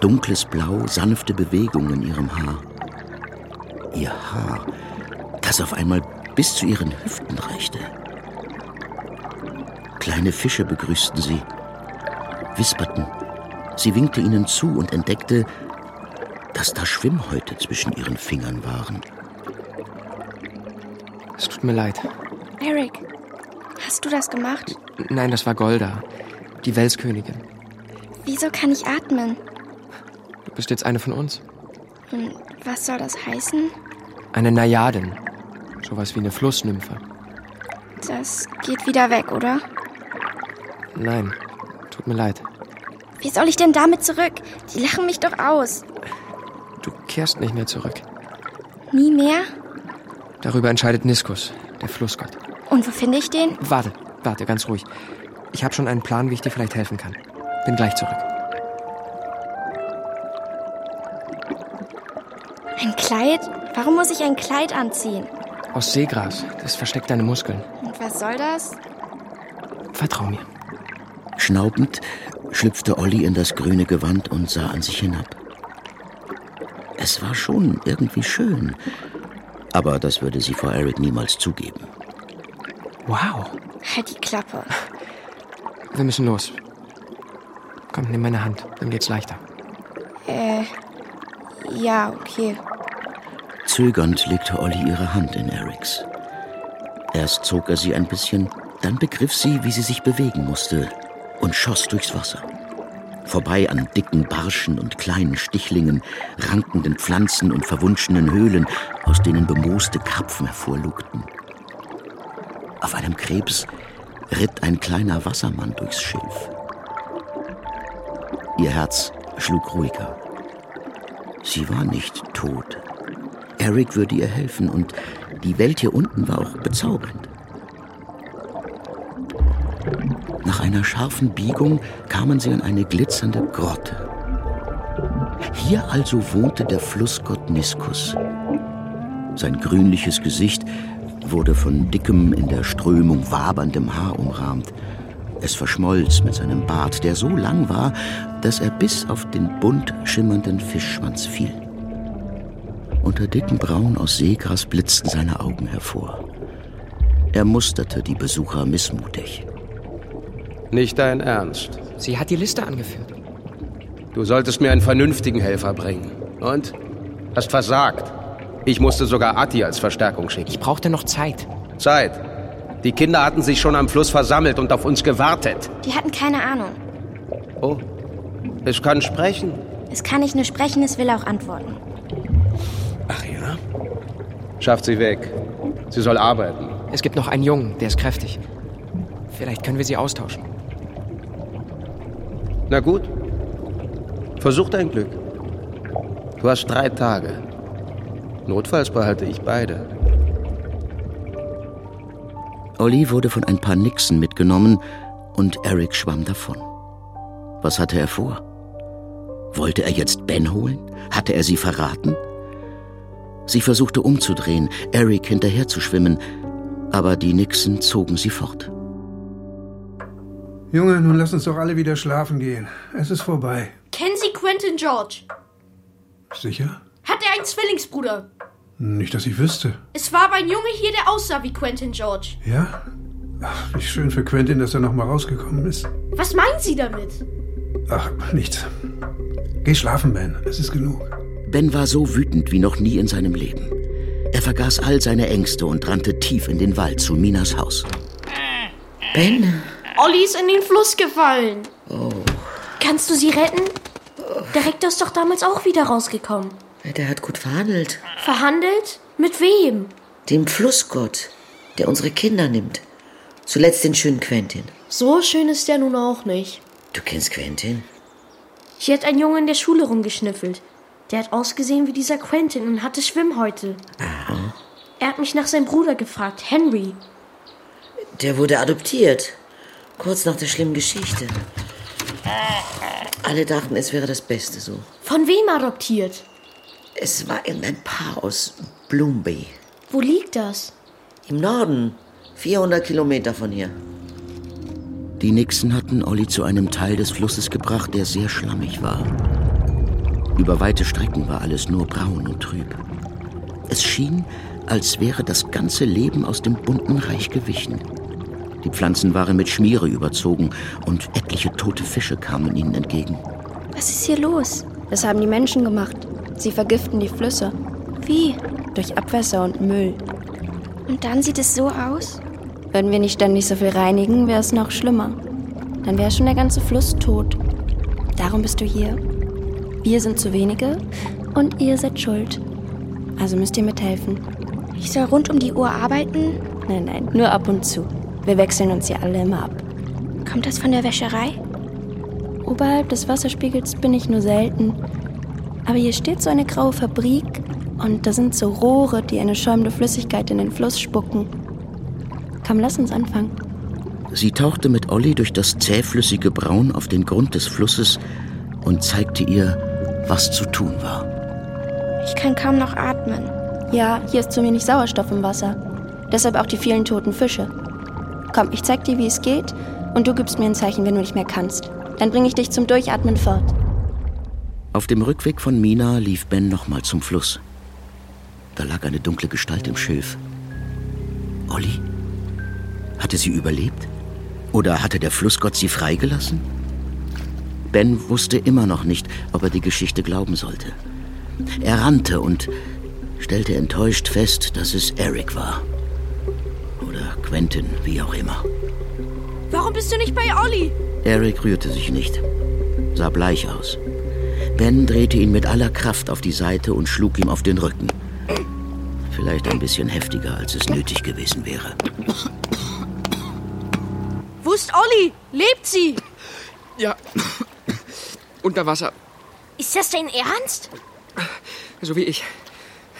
dunkles Blau, sanfte Bewegung in ihrem Haar. Ihr Haar, das auf einmal bis zu ihren Hüften reichte. Kleine Fische begrüßten sie, wisperten. Sie winkte ihnen zu und entdeckte, dass da Schwimmhäute zwischen ihren Fingern waren.
Es tut mir leid.
Eric, hast du das gemacht?
Nein, das war Golda, die Welskönigin.
Wieso kann ich atmen?
Du bist jetzt eine von uns.
Hm, was soll das heißen?
Eine Najadin. Sowas wie eine Flussnymphe.
Das geht wieder weg, oder?
Nein, tut mir leid.
Wie soll ich denn damit zurück? Die lachen mich doch aus.
Du kehrst nicht mehr zurück.
Nie mehr?
Darüber entscheidet Niskus, der Flussgott.
Und wo finde ich den?
Warte, warte, ganz ruhig. Ich habe schon einen Plan, wie ich dir vielleicht helfen kann. Bin gleich zurück.
Ein Kleid? Warum muss ich ein Kleid anziehen?
Aus Seegras. Das versteckt deine Muskeln.
Und was soll das?
Vertrau mir.
Schnaubend schlüpfte Olli in das grüne Gewand und sah an sich hinab. Es war schon irgendwie schön, aber das würde sie vor Eric niemals zugeben.
Wow.
Halt die Klappe.
Wir müssen los. Komm, nimm meine Hand. Dann geht's leichter.
Äh, ja, okay.
Zögernd legte Olli ihre Hand in Erics. Erst zog er sie ein bisschen, dann begriff sie, wie sie sich bewegen musste und schoss durchs Wasser. Vorbei an dicken Barschen und kleinen Stichlingen, rankenden Pflanzen und verwunschenen Höhlen, aus denen bemooste Karpfen hervorlugten. Auf einem Krebs ritt ein kleiner Wassermann durchs Schilf. Ihr Herz schlug ruhiger. Sie war nicht tot. Eric würde ihr helfen und die Welt hier unten war auch bezaubernd. einer scharfen Biegung kamen sie an eine glitzernde Grotte. Hier also wohnte der Flussgott Niskus. Sein grünliches Gesicht wurde von dickem, in der Strömung waberndem Haar umrahmt. Es verschmolz mit seinem Bart, der so lang war, dass er bis auf den bunt schimmernden Fischschwanz fiel. Unter dicken Brauen aus Seegras blitzten seine Augen hervor. Er musterte die Besucher missmutig.
Nicht dein Ernst.
Sie hat die Liste angeführt.
Du solltest mir einen vernünftigen Helfer bringen. Und? Hast versagt. Ich musste sogar Atti als Verstärkung schicken.
Ich brauchte noch Zeit.
Zeit. Die Kinder hatten sich schon am Fluss versammelt und auf uns gewartet.
Die hatten keine Ahnung.
Oh, es kann sprechen.
Es kann nicht nur sprechen, es will auch antworten.
Ach ja? Schafft sie weg. Sie soll arbeiten.
Es gibt noch einen Jungen, der ist kräftig. Vielleicht können wir sie austauschen.
Na gut. Versuch dein Glück. Du hast drei Tage. Notfalls behalte ich beide.
Olli wurde von ein paar Nixen mitgenommen und Eric schwamm davon. Was hatte er vor? Wollte er jetzt Ben holen? Hatte er sie verraten? Sie versuchte umzudrehen, Eric hinterherzuschwimmen, aber die Nixen zogen sie fort.
Junge, nun lass uns doch alle wieder schlafen gehen. Es ist vorbei.
Kennen Sie Quentin George?
Sicher?
Hat er einen Zwillingsbruder?
Nicht, dass ich wüsste.
Es war aber ein Junge hier, der aussah wie Quentin George.
Ja? Ach, wie schön für Quentin, dass er noch mal rausgekommen ist.
Was meinen Sie damit?
Ach, nichts. Geh schlafen, Ben. Es ist genug.
Ben war so wütend wie noch nie in seinem Leben. Er vergaß all seine Ängste und rannte tief in den Wald zu Minas Haus.
Ben?
Olli ist in den Fluss gefallen.
Oh,
Kannst du sie retten? Der Rektor ist doch damals auch wieder rausgekommen.
der hat gut verhandelt.
Verhandelt? Mit wem?
Dem Flussgott, der unsere Kinder nimmt. Zuletzt den schönen Quentin.
So schön ist der nun auch nicht.
Du kennst Quentin?
Hier hat ein Junge in der Schule rumgeschnüffelt. Der hat ausgesehen wie dieser Quentin und hatte Schwimmhäute. Er hat mich nach seinem Bruder gefragt, Henry.
Der wurde adoptiert. Kurz nach der schlimmen Geschichte. Alle dachten, es wäre das Beste so.
Von wem adoptiert?
Es war irgendein Paar aus Bloomby.
Wo liegt das?
Im Norden. 400 Kilometer von hier.
Die Nixen hatten Olli zu einem Teil des Flusses gebracht, der sehr schlammig war. Über weite Strecken war alles nur braun und trüb. Es schien, als wäre das ganze Leben aus dem bunten Reich gewichen. Die Pflanzen waren mit Schmiere überzogen und etliche tote Fische kamen ihnen entgegen.
Was ist hier los? Das haben die Menschen gemacht. Sie vergiften die Flüsse.
Wie?
Durch Abwässer und Müll.
Und dann sieht es so aus?
Würden wir nicht ständig so viel reinigen, wäre es noch schlimmer. Dann wäre schon der ganze Fluss tot. Darum bist du hier. Wir sind zu wenige und ihr seid schuld. Also müsst ihr mithelfen.
Ich soll rund um die Uhr arbeiten?
Nein, nein, nur ab und zu. Wir wechseln uns hier alle immer ab.
Kommt das von der Wäscherei?
Oberhalb des Wasserspiegels bin ich nur selten. Aber hier steht so eine graue Fabrik und da sind so Rohre, die eine schäumende Flüssigkeit in den Fluss spucken. Komm, lass uns anfangen.
Sie tauchte mit Olli durch das zähflüssige Braun auf den Grund des Flusses und zeigte ihr, was zu tun war.
Ich kann kaum noch atmen.
Ja, hier ist zu wenig Sauerstoff im Wasser. Deshalb auch die vielen toten Fische. Komm, ich zeig dir, wie es geht und du gibst mir ein Zeichen, wenn du nicht mehr kannst. Dann bringe ich dich zum Durchatmen fort.
Auf dem Rückweg von Mina lief Ben nochmal zum Fluss. Da lag eine dunkle Gestalt im Schilf. Olli? Hatte sie überlebt? Oder hatte der Flussgott sie freigelassen? Ben wusste immer noch nicht, ob er die Geschichte glauben sollte. Er rannte und stellte enttäuscht fest, dass es Eric war. Oder Quentin, wie auch immer.
Warum bist du nicht bei Olli?
Eric rührte sich nicht, sah bleich aus. Ben drehte ihn mit aller Kraft auf die Seite und schlug ihm auf den Rücken. Vielleicht ein bisschen heftiger, als es nötig gewesen wäre.
Wo ist Olli? Lebt sie?
Ja. <coughs> Unter Wasser.
Ist das dein Ernst?
So wie ich.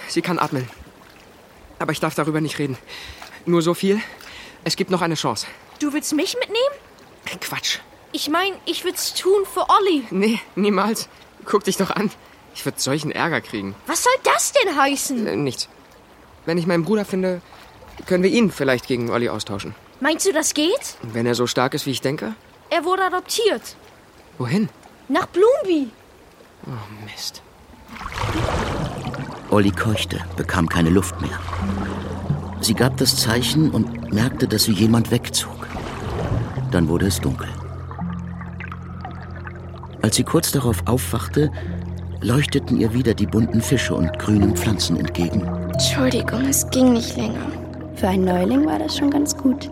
Sie kann atmen. Aber ich darf darüber nicht reden. Nur so viel. Es gibt noch eine Chance.
Du willst mich mitnehmen?
Quatsch.
Ich meine, ich würde es tun für Olli.
Nee, niemals. Guck dich doch an. Ich würde solchen Ärger kriegen.
Was soll das denn heißen?
Äh, nichts. Wenn ich meinen Bruder finde, können wir ihn vielleicht gegen Olli austauschen.
Meinst du, das geht?
Wenn er so stark ist, wie ich denke.
Er wurde adoptiert.
Wohin?
Nach Bloomby.
Oh, Mist.
Olli keuchte, bekam keine Luft mehr. Sie gab das Zeichen und merkte, dass sie jemand wegzog. Dann wurde es dunkel. Als sie kurz darauf aufwachte, leuchteten ihr wieder die bunten Fische und grünen Pflanzen entgegen.
Entschuldigung, es ging nicht länger.
Für einen Neuling war das schon ganz gut.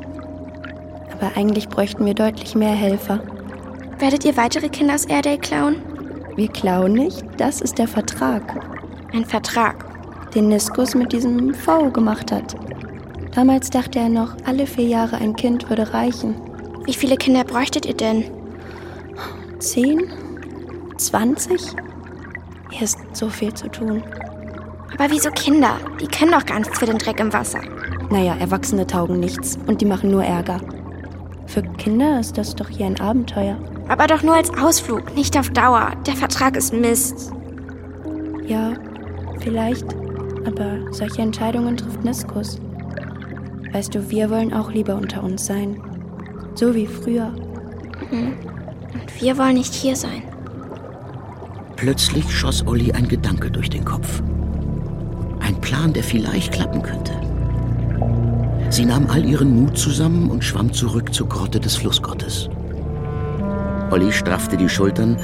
Aber eigentlich bräuchten wir deutlich mehr Helfer.
Werdet ihr weitere Kinder aus Airdale klauen?
Wir klauen nicht, das ist der Vertrag.
Ein Vertrag.
Den Niskus mit diesem V gemacht hat. Damals dachte er noch, alle vier Jahre ein Kind würde reichen.
Wie viele Kinder bräuchtet ihr denn?
Zehn? Zwanzig? Hier ist so viel zu tun.
Aber wieso Kinder? Die können doch gar nichts für den Dreck im Wasser.
Naja, Erwachsene taugen nichts und die machen nur Ärger. Für Kinder ist das doch hier ein Abenteuer.
Aber doch nur als Ausflug, nicht auf Dauer. Der Vertrag ist Mist.
Ja, vielleicht. Aber solche Entscheidungen trifft Niskus. Weißt du, wir wollen auch lieber unter uns sein. So wie früher.
Mhm. Und wir wollen nicht hier sein.
Plötzlich schoss Olli ein Gedanke durch den Kopf. Ein Plan, der vielleicht klappen könnte. Sie nahm all ihren Mut zusammen und schwamm zurück zur Grotte des Flussgottes. Olli straffte die Schultern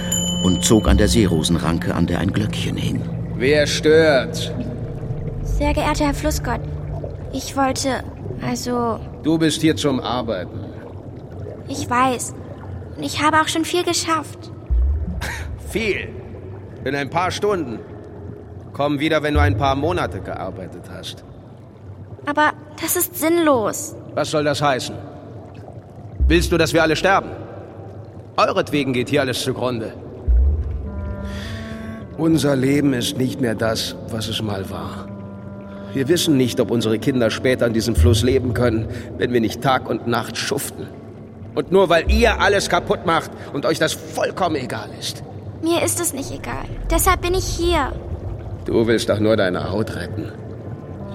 und zog an der Seerosenranke, an der ein Glöckchen hing.
Wer stört?
Sehr geehrter Herr Flussgott, ich wollte. Also,
Du bist hier zum Arbeiten.
ich weiß. Und ich habe auch schon viel geschafft.
Viel. In ein paar Stunden. Komm wieder, wenn du ein paar Monate gearbeitet hast.
Aber das ist sinnlos.
Was soll das heißen? Willst du, dass wir alle sterben? Euretwegen geht hier alles zugrunde. Unser Leben ist nicht mehr das, was es mal war. Wir wissen nicht, ob unsere Kinder später an diesem Fluss leben können, wenn wir nicht Tag und Nacht schuften. Und nur weil ihr alles kaputt macht und euch das vollkommen egal ist.
Mir ist es nicht egal. Deshalb bin ich hier.
Du willst doch nur deine Haut retten.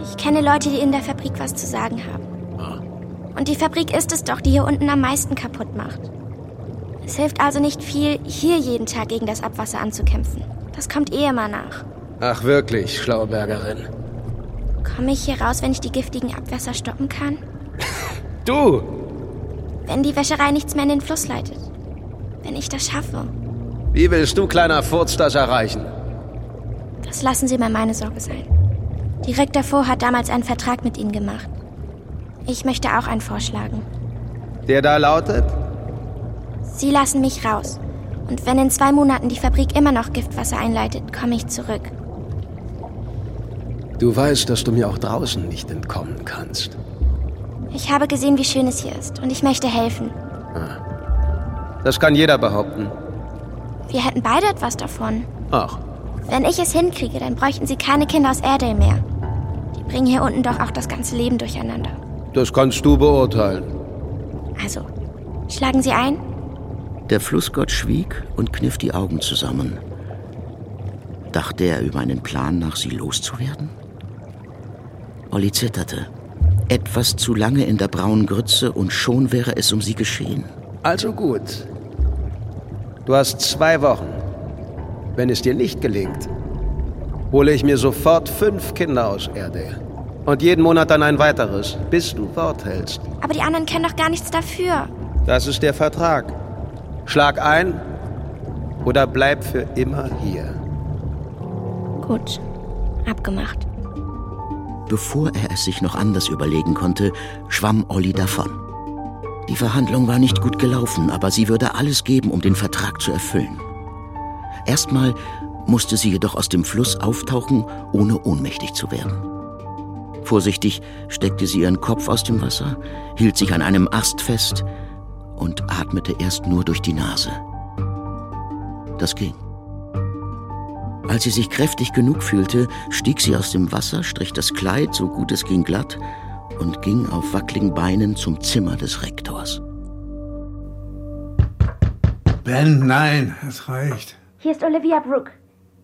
Ich kenne Leute, die in der Fabrik was zu sagen haben.
Ah.
Und die Fabrik ist es doch, die hier unten am meisten kaputt macht. Es hilft also nicht viel, hier jeden Tag gegen das Abwasser anzukämpfen. Das kommt eh immer nach.
Ach wirklich, Schlaubergerin.
Komme ich hier raus, wenn ich die giftigen Abwässer stoppen kann?
Du!
Wenn die Wäscherei nichts mehr in den Fluss leitet? Wenn ich das schaffe?
Wie willst du, kleiner Furz, das erreichen?
Das lassen Sie mal meine Sorge sein. Direktor Faux hat damals einen Vertrag mit Ihnen gemacht. Ich möchte auch einen vorschlagen.
Der da lautet?
Sie lassen mich raus. Und wenn in zwei Monaten die Fabrik immer noch Giftwasser einleitet, komme ich zurück.
Du weißt, dass du mir auch draußen nicht entkommen kannst.
Ich habe gesehen, wie schön es hier ist und ich möchte helfen.
Das kann jeder behaupten.
Wir hätten beide etwas davon.
Ach,
Wenn ich es hinkriege, dann bräuchten Sie keine Kinder aus Airdale mehr. Die bringen hier unten doch auch das ganze Leben durcheinander.
das kannst du beurteilen.
Also, schlagen Sie ein?
Der Flussgott schwieg und kniff die Augen zusammen. Dachte er über einen Plan, nach sie loszuwerden? Olli zitterte. Etwas zu lange in der braunen Grütze und schon wäre es um sie geschehen.
Also gut. Du hast zwei Wochen. Wenn es dir nicht gelingt, hole ich mir sofort fünf Kinder aus Erde. Und jeden Monat dann ein weiteres, bis du Wort hältst.
Aber die anderen können doch gar nichts dafür.
Das ist der Vertrag. Schlag ein oder bleib für immer hier.
Gut, abgemacht.
Bevor er es sich noch anders überlegen konnte, schwamm Olli davon. Die Verhandlung war nicht gut gelaufen, aber sie würde alles geben, um den Vertrag zu erfüllen. Erstmal musste sie jedoch aus dem Fluss auftauchen, ohne ohnmächtig zu werden. Vorsichtig steckte sie ihren Kopf aus dem Wasser, hielt sich an einem Ast fest und atmete erst nur durch die Nase. Das ging. Als sie sich kräftig genug fühlte, stieg sie aus dem Wasser, strich das Kleid so gut es ging glatt und ging auf wackligen Beinen zum Zimmer des Rektors.
Ben, nein, es reicht.
Hier ist Olivia Brooke.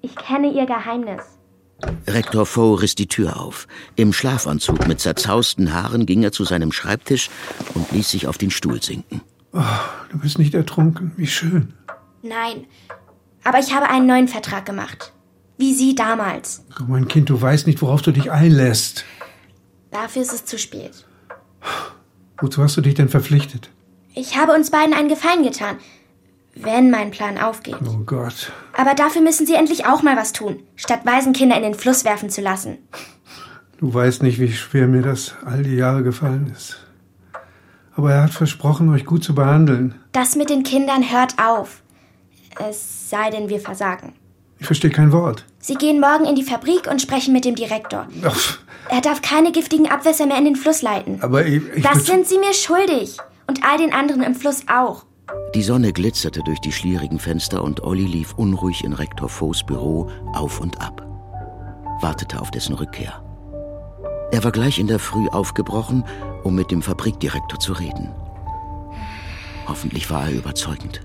Ich kenne ihr Geheimnis.
Rektor Foe riss die Tür auf. Im Schlafanzug mit zerzausten Haaren ging er zu seinem Schreibtisch und ließ sich auf den Stuhl sinken.
Oh, du bist nicht ertrunken. Wie schön.
Nein. Aber ich habe einen neuen Vertrag gemacht. Wie sie damals.
Komm, mein Kind, du weißt nicht, worauf du dich einlässt.
Dafür ist es zu spät.
Wozu hast du dich denn verpflichtet?
Ich habe uns beiden einen Gefallen getan. Wenn mein Plan aufgeht.
Oh Gott.
Aber dafür müssen sie endlich auch mal was tun, statt Waisenkinder in den Fluss werfen zu lassen.
Du weißt nicht, wie schwer mir das all die Jahre gefallen ist. Aber er hat versprochen, euch gut zu behandeln.
Das mit den Kindern hört auf. Es sei denn, wir versagen.
Ich verstehe kein Wort.
Sie gehen morgen in die Fabrik und sprechen mit dem Direktor.
Ach,
Er darf keine giftigen Abwässer mehr in den Fluss leiten.
aber ich, ich
das sind sie mir schuldig. Und all den anderen im Fluss auch.
Die Sonne glitzerte durch die schlierigen Fenster und Olli lief unruhig in Rektor Foes Büro auf und ab. Wartete auf dessen Rückkehr. Er war gleich in der Früh aufgebrochen, um mit dem Fabrikdirektor zu reden. Hoffentlich war er überzeugend.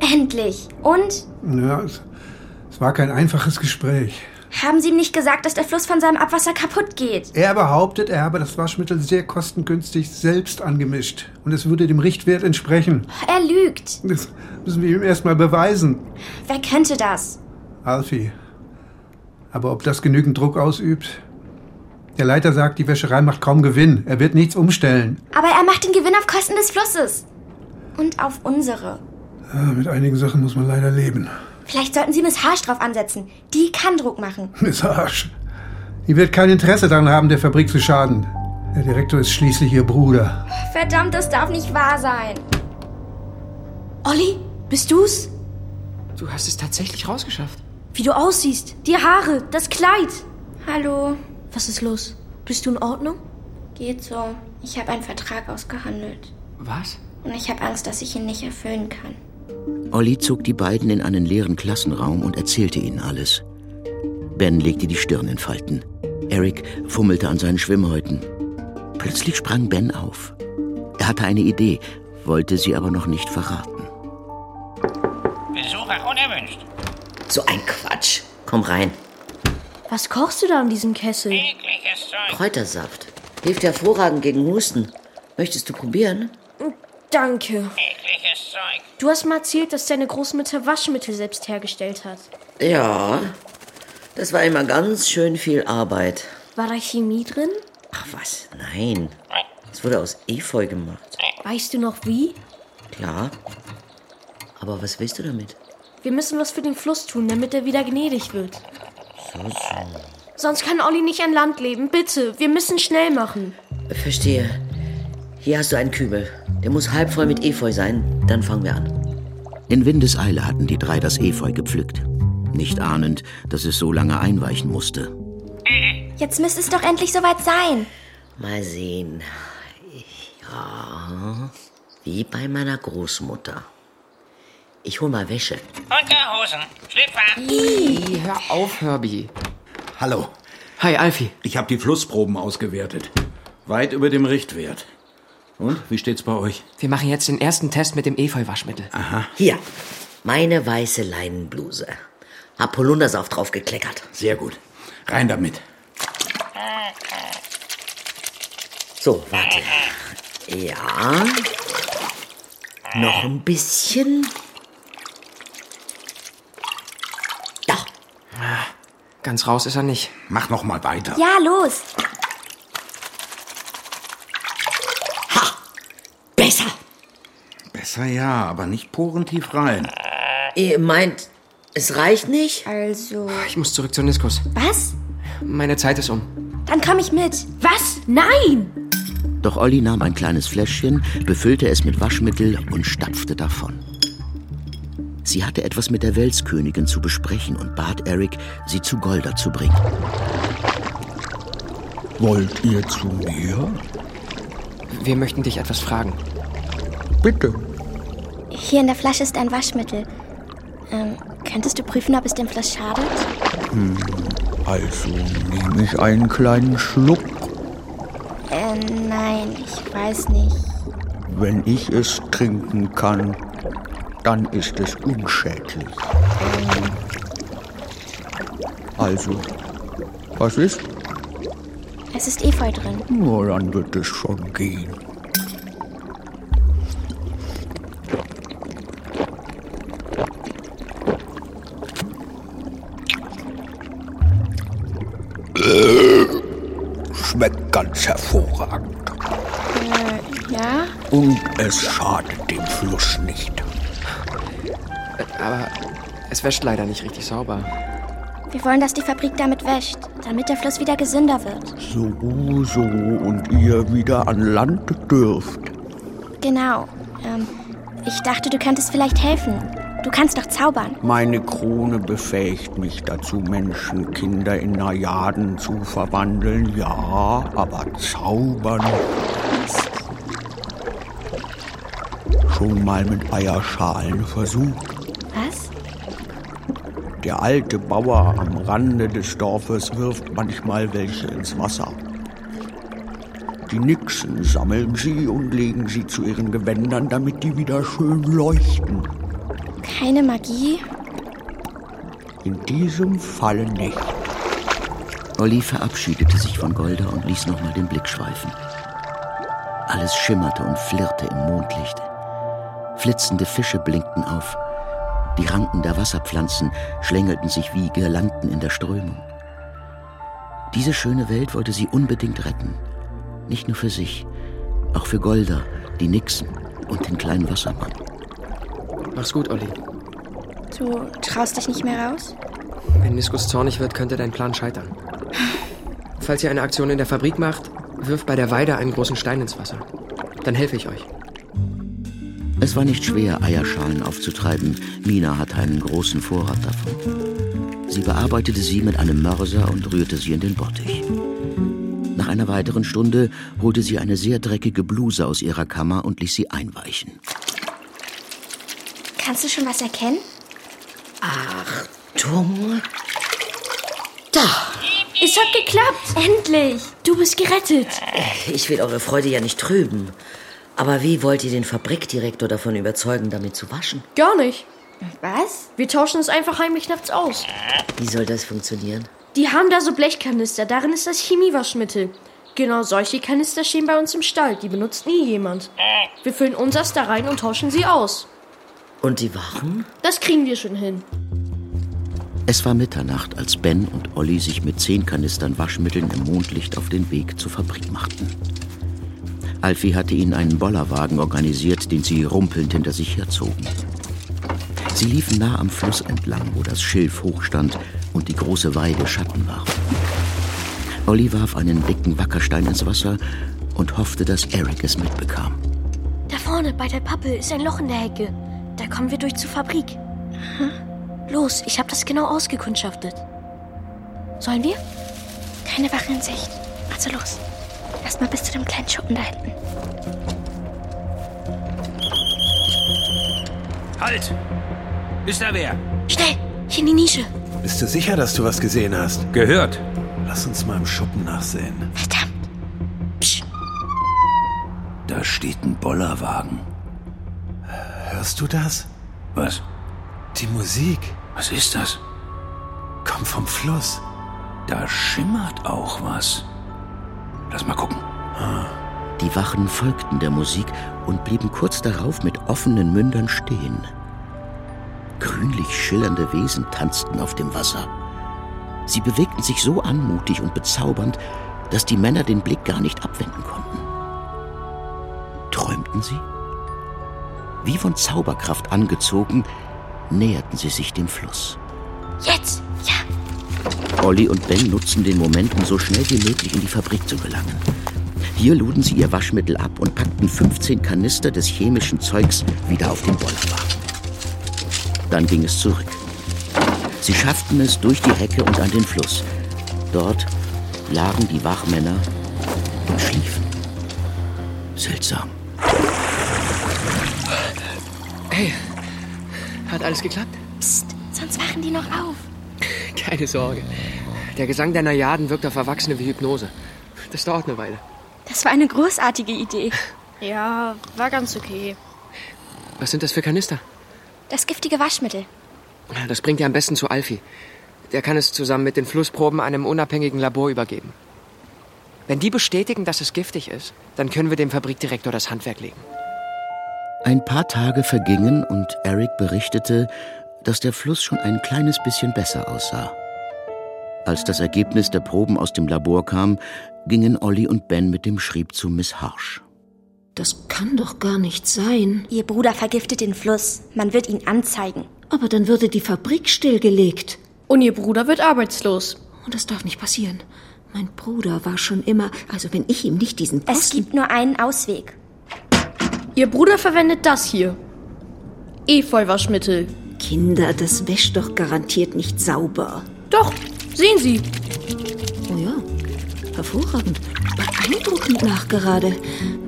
Endlich. Und?
Ja, es, es war kein einfaches Gespräch.
Haben Sie ihm nicht gesagt, dass der Fluss von seinem Abwasser kaputt geht?
Er behauptet, er habe das Waschmittel sehr kostengünstig selbst angemischt. Und es würde dem Richtwert entsprechen.
Er lügt.
Das müssen wir ihm erstmal beweisen.
Wer könnte das?
Alfie. Aber ob das genügend Druck ausübt? Der Leiter sagt, die Wäscherei macht kaum Gewinn. Er wird nichts umstellen.
Aber er macht den Gewinn auf Kosten des Flusses. Und auf unsere.
Ah, mit einigen Sachen muss man leider leben.
Vielleicht sollten Sie Miss Harsch drauf ansetzen. Die kann Druck machen.
<laughs> Miss Arsch. Die wird kein Interesse daran haben, der Fabrik zu schaden. Der Direktor ist schließlich ihr Bruder.
Verdammt, das darf nicht wahr sein.
Olli, bist du's? Du hast es tatsächlich rausgeschafft.
Wie du aussiehst, die Haare, das Kleid.
Hallo.
Was ist los? Bist du in Ordnung?
Geht so. Ich habe einen Vertrag ausgehandelt.
Was?
Und ich habe Angst, dass ich ihn nicht erfüllen kann.
Olli zog die beiden in einen leeren Klassenraum und erzählte ihnen alles. Ben legte die Stirn in Falten. Eric fummelte an seinen Schwimmhäuten. Plötzlich sprang Ben auf. Er hatte eine Idee, wollte sie aber noch nicht verraten.
Besucher unerwünscht.
So ein Quatsch. Komm rein.
Was kochst du da in diesem Kessel?
Kräutersaft. Hilft hervorragend gegen Husten. Möchtest du probieren?
Danke. Du hast mal erzählt, dass deine Großmutter Waschmittel selbst hergestellt hat.
Ja. Das war immer ganz schön viel Arbeit.
War da Chemie drin?
Ach was, nein. Das wurde aus Efeu gemacht.
Weißt du noch wie?
Klar. Aber was willst du damit?
Wir müssen was für den Fluss tun, damit er wieder gnädig wird.
So, so.
Sonst kann Olli nicht an Land leben. Bitte, wir müssen schnell machen.
Verstehe. Hier hast du einen Kübel. Der muss halb voll mit Efeu sein. Dann fangen wir an.
In Windeseile hatten die drei das Efeu gepflückt. Nicht ahnend, dass es so lange einweichen musste.
Jetzt müsste es doch endlich soweit sein.
Mal sehen. Ja. Wie bei meiner Großmutter. Ich hol mal Wäsche.
Unterhosen. Schlüpfer.
Ih, hör auf, Herbie.
Hallo.
Hi, Alfie.
Ich habe die Flussproben ausgewertet. Weit über dem Richtwert. Und, wie steht's bei euch?
Wir machen jetzt den ersten Test mit dem Efeu-Waschmittel.
Aha.
Hier. Meine weiße Leinenbluse. Hab Holundersaft drauf gekleckert.
Sehr gut. Rein damit.
So, warte. Ja. Noch ein bisschen.
Ganz raus ist er nicht.
Mach noch mal weiter.
Ja, los.
Besser.
Besser ja, aber nicht porentief rein.
Ihr meint, es reicht nicht?
Also.
Ich muss zurück zu Niskus.
Was?
Meine Zeit ist um.
Dann komme ich mit.
Was? Nein!
Doch Olli nahm ein kleines Fläschchen, befüllte es mit Waschmittel und stapfte davon. Sie hatte etwas mit der Welskönigin zu besprechen und bat Eric, sie zu Golda zu bringen.
Wollt ihr zu mir?
Wir möchten dich etwas fragen.
Bitte.
Hier in der Flasche ist ein Waschmittel. Ähm, könntest du prüfen, ob es dem Fluss schadet?
Hm, also nehme ich einen kleinen Schluck.
Äh, nein, ich weiß nicht.
Wenn ich es trinken kann,
dann ist es unschädlich.
Ähm.
Also, was ist?
Es ist Efeu drin.
Nur dann wird es schon gehen. Schmeckt ganz hervorragend.
Äh, ja?
Und es schadet dem Fluss nicht.
Aber es wäscht leider nicht richtig sauber.
Wir wollen, dass die Fabrik damit wäscht, damit der Fluss wieder gesünder wird.
So, so, und ihr wieder an Land dürft.
Genau. Ähm, ich dachte, du könntest vielleicht helfen. Du kannst doch zaubern.
Meine Krone befähigt mich dazu, Menschenkinder in Najaden zu verwandeln, ja, aber zaubern. Schon mal mit Eierschalen versucht.
Was?
Der alte Bauer am Rande des Dorfes wirft manchmal welche ins Wasser. Die Nixen sammeln sie und legen sie zu ihren Gewändern, damit die wieder schön leuchten.
Keine Magie?
In diesem Falle nicht.
Olli verabschiedete sich von Golda und ließ nochmal den Blick schweifen. Alles schimmerte und flirrte im Mondlicht. Flitzende Fische blinkten auf. Die Ranken der Wasserpflanzen schlängelten sich wie Girlanden in der Strömung. Diese schöne Welt wollte sie unbedingt retten. Nicht nur für sich, auch für Golda, die Nixen und den kleinen Wassermann.
Mach's gut, Olli.
Du traust dich nicht mehr raus?
Wenn Niskus zornig wird, könnte dein Plan scheitern. Falls ihr eine Aktion in der Fabrik macht, wirf bei der Weide einen großen Stein ins Wasser. Dann helfe ich euch.
Es war nicht schwer, Eierschalen aufzutreiben. Mina hatte einen großen Vorrat davon. Sie bearbeitete sie mit einem Mörser und rührte sie in den Bottich. Nach einer weiteren Stunde holte sie eine sehr dreckige Bluse aus ihrer Kammer und ließ sie einweichen.
Kannst du schon was erkennen?
Achtung!
Da! Es hat geklappt! Endlich! Du bist gerettet!
Ich will eure Freude ja nicht trüben. Aber wie wollt ihr den Fabrikdirektor davon überzeugen, damit zu waschen?
Gar nicht. Was? Wir tauschen es einfach heimlich nachts aus.
Wie soll das funktionieren?
Die haben da so Blechkanister, darin ist das Chemiewaschmittel. Genau solche Kanister stehen bei uns im Stall, die benutzt nie jemand. Wir füllen unseres da rein und tauschen sie aus.
Und die Wachen?
Das kriegen wir schon hin.
Es war Mitternacht, als Ben und Olli sich mit zehn Kanistern Waschmitteln im Mondlicht auf den Weg zur Fabrik machten. Alfie hatte ihnen einen Bollerwagen organisiert, den sie rumpelnd hinter sich herzogen. Sie liefen nah am Fluss entlang, wo das Schilf hochstand und die große Weide Schatten warf. Olli warf einen dicken Wackerstein ins Wasser und hoffte, dass Eric es mitbekam.
Da vorne bei der Pappel ist ein Loch in der Hecke. Da kommen wir durch zur Fabrik. Los, ich habe das genau ausgekundschaftet. Sollen wir?
Keine Wache in Sicht. Also los. Erstmal bis zu dem kleinen Schuppen da hinten.
Halt! Ist da wer?
Schnell, hier in die Nische.
Bist du sicher, dass du was gesehen hast?
Gehört.
Lass uns mal im Schuppen nachsehen.
Verdammt.
Da steht ein Bollerwagen. Hörst du das?
Was?
Die Musik.
Was ist das?
Kommt vom Fluss.
Da schimmert auch was. Lass mal gucken.
Ah.
Die Wachen folgten der Musik und blieben kurz darauf mit offenen Mündern stehen. Grünlich schillernde Wesen tanzten auf dem Wasser. Sie bewegten sich so anmutig und bezaubernd, dass die Männer den Blick gar nicht abwenden konnten. Träumten sie? Wie von Zauberkraft angezogen, näherten sie sich dem Fluss.
Jetzt! Ja!
Olli und Ben nutzten den Moment, um so schnell wie möglich in die Fabrik zu gelangen. Hier luden sie ihr Waschmittel ab und packten 15 Kanister des chemischen Zeugs wieder auf den Bollerwagen. Dann ging es zurück. Sie schafften es durch die Hecke und an den Fluss. Dort lagen die Wachmänner und schliefen. Seltsam.
Hey, hat alles geklappt?
Psst, sonst wachen die noch auf.
Keine Sorge. Der Gesang der Najaden wirkt auf Erwachsene wie Hypnose. Das dauert eine Weile.
Das war eine großartige Idee.
Ja, war ganz okay.
Was sind das für Kanister?
Das giftige Waschmittel.
Das bringt ihr am besten zu Alfie. Der kann es zusammen mit den Flussproben einem unabhängigen Labor übergeben. Wenn die bestätigen, dass es giftig ist, dann können wir dem Fabrikdirektor das Handwerk legen.
Ein paar Tage vergingen und Eric berichtete, dass der Fluss schon ein kleines bisschen besser aussah. Als das Ergebnis der Proben aus dem Labor kam, gingen Olli und Ben mit dem Schrieb zu Miss Harsch.
Das kann doch gar nicht sein.
Ihr Bruder vergiftet den Fluss. Man wird ihn anzeigen.
Aber dann würde die Fabrik stillgelegt.
Und ihr Bruder wird arbeitslos.
Und das darf nicht passieren. Mein Bruder war schon immer, also wenn ich ihm nicht diesen
Es gibt nur einen Ausweg.
Ihr Bruder verwendet das hier. Efeuwaschmittel.
Kinder, das wäscht doch garantiert nicht sauber.
Doch, sehen Sie.
Oh ja, hervorragend. Beeindruckend nachgerade.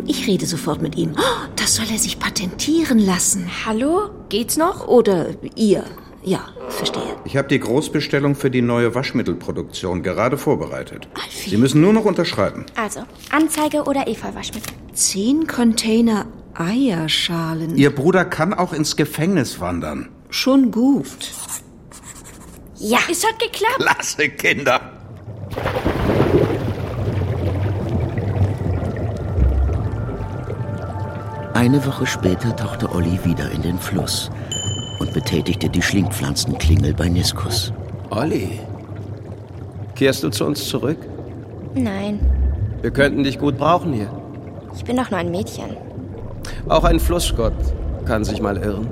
Ich rede sofort mit ihm. Oh, Das soll er sich patentieren lassen.
Hallo? Geht's noch?
Oder ihr. Ja, verstehe.
Ich habe die Großbestellung für die neue Waschmittelproduktion gerade vorbereitet. Sie müssen nur noch unterschreiben.
Also, Anzeige oder Efeuwaschmittel.
Zehn Container Eierschalen.
Ihr Bruder kann auch ins Gefängnis wandern.
Schon gut.
Ja. Es hat geklappt.
Klasse, Kinder.
Eine Woche später tauchte Olli wieder in den Fluss und betätigte die Schlingpflanzenklingel bei Niskus.
Olli, kehrst du zu uns zurück?
Nein,
Wir könnten dich gut brauchen hier.
ich bin doch nur ein Mädchen.
Auch ein Flussgott kann sich mal irren.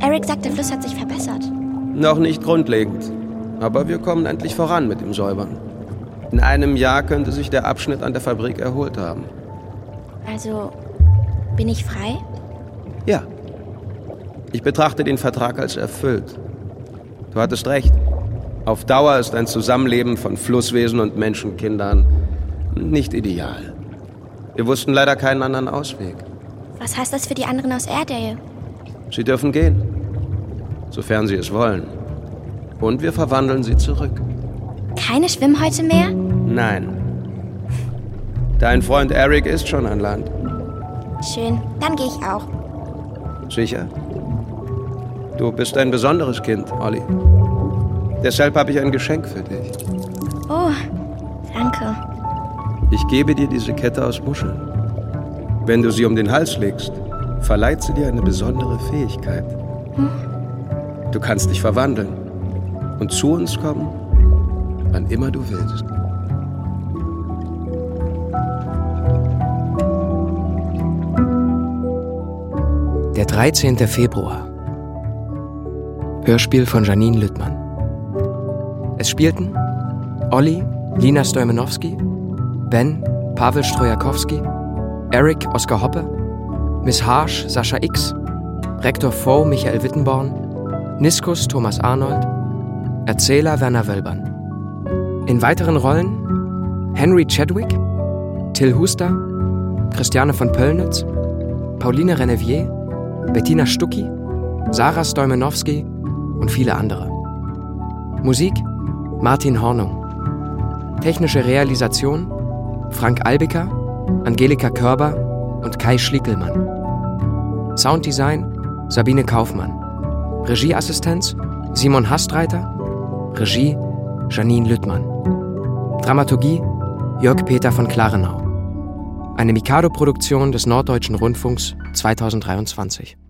Eric sagt, der Fluss hat sich verbessert.
Noch nicht grundlegend. Aber wir kommen endlich voran mit dem Säubern. In einem Jahr könnte sich der Abschnitt an der Fabrik erholt haben.
Also, bin ich frei?
Ja. Ich betrachte den Vertrag als erfüllt. Du hattest recht. Auf Dauer ist ein Zusammenleben von Flusswesen und Menschenkindern nicht ideal. Wir wussten leider keinen anderen Ausweg.
Was heißt das für die anderen aus Airdale?
Sie dürfen gehen, sofern sie es wollen. Und wir verwandeln sie zurück.
Keine Schwimmhäute mehr?
Nein. Dein Freund Eric ist schon an Land.
Schön, dann gehe ich auch.
Sicher? Du bist ein besonderes Kind, Olli. Deshalb habe ich ein Geschenk für dich.
Oh, danke.
Ich gebe dir diese Kette aus Muscheln. Wenn du sie um den Hals legst, verleiht sie dir eine besondere Fähigkeit. Du kannst dich verwandeln und zu uns kommen, wann immer du willst.
Der 13. Februar. Hörspiel von Janine Lüttmann. Es spielten Olli, Lina Stolmanowski, Ben, Pavel Strojakowski, Eric Oskar Hoppe, Miss Harsch Sascha X, Rektor Faux Michael Wittenborn, Niskus Thomas Arnold, Erzähler Werner Wölbern. In weiteren Rollen Henry Chadwick, Till Huster, Christiane von Pöllnitz, Pauline Rennevier, Bettina Stucki, Sarah Stolmanowski und viele andere. Musik Martin Hornung. Technische Realisation Frank Albiker, Angelika Körber und Kai Schliekelmann. Sounddesign Sabine Kaufmann. Regieassistenz Simon Hastreiter. Regie Janine Lüttmann. Dramaturgie Jörg Peter von Klarenau. Eine Mikado-Produktion des Norddeutschen Rundfunks 2023.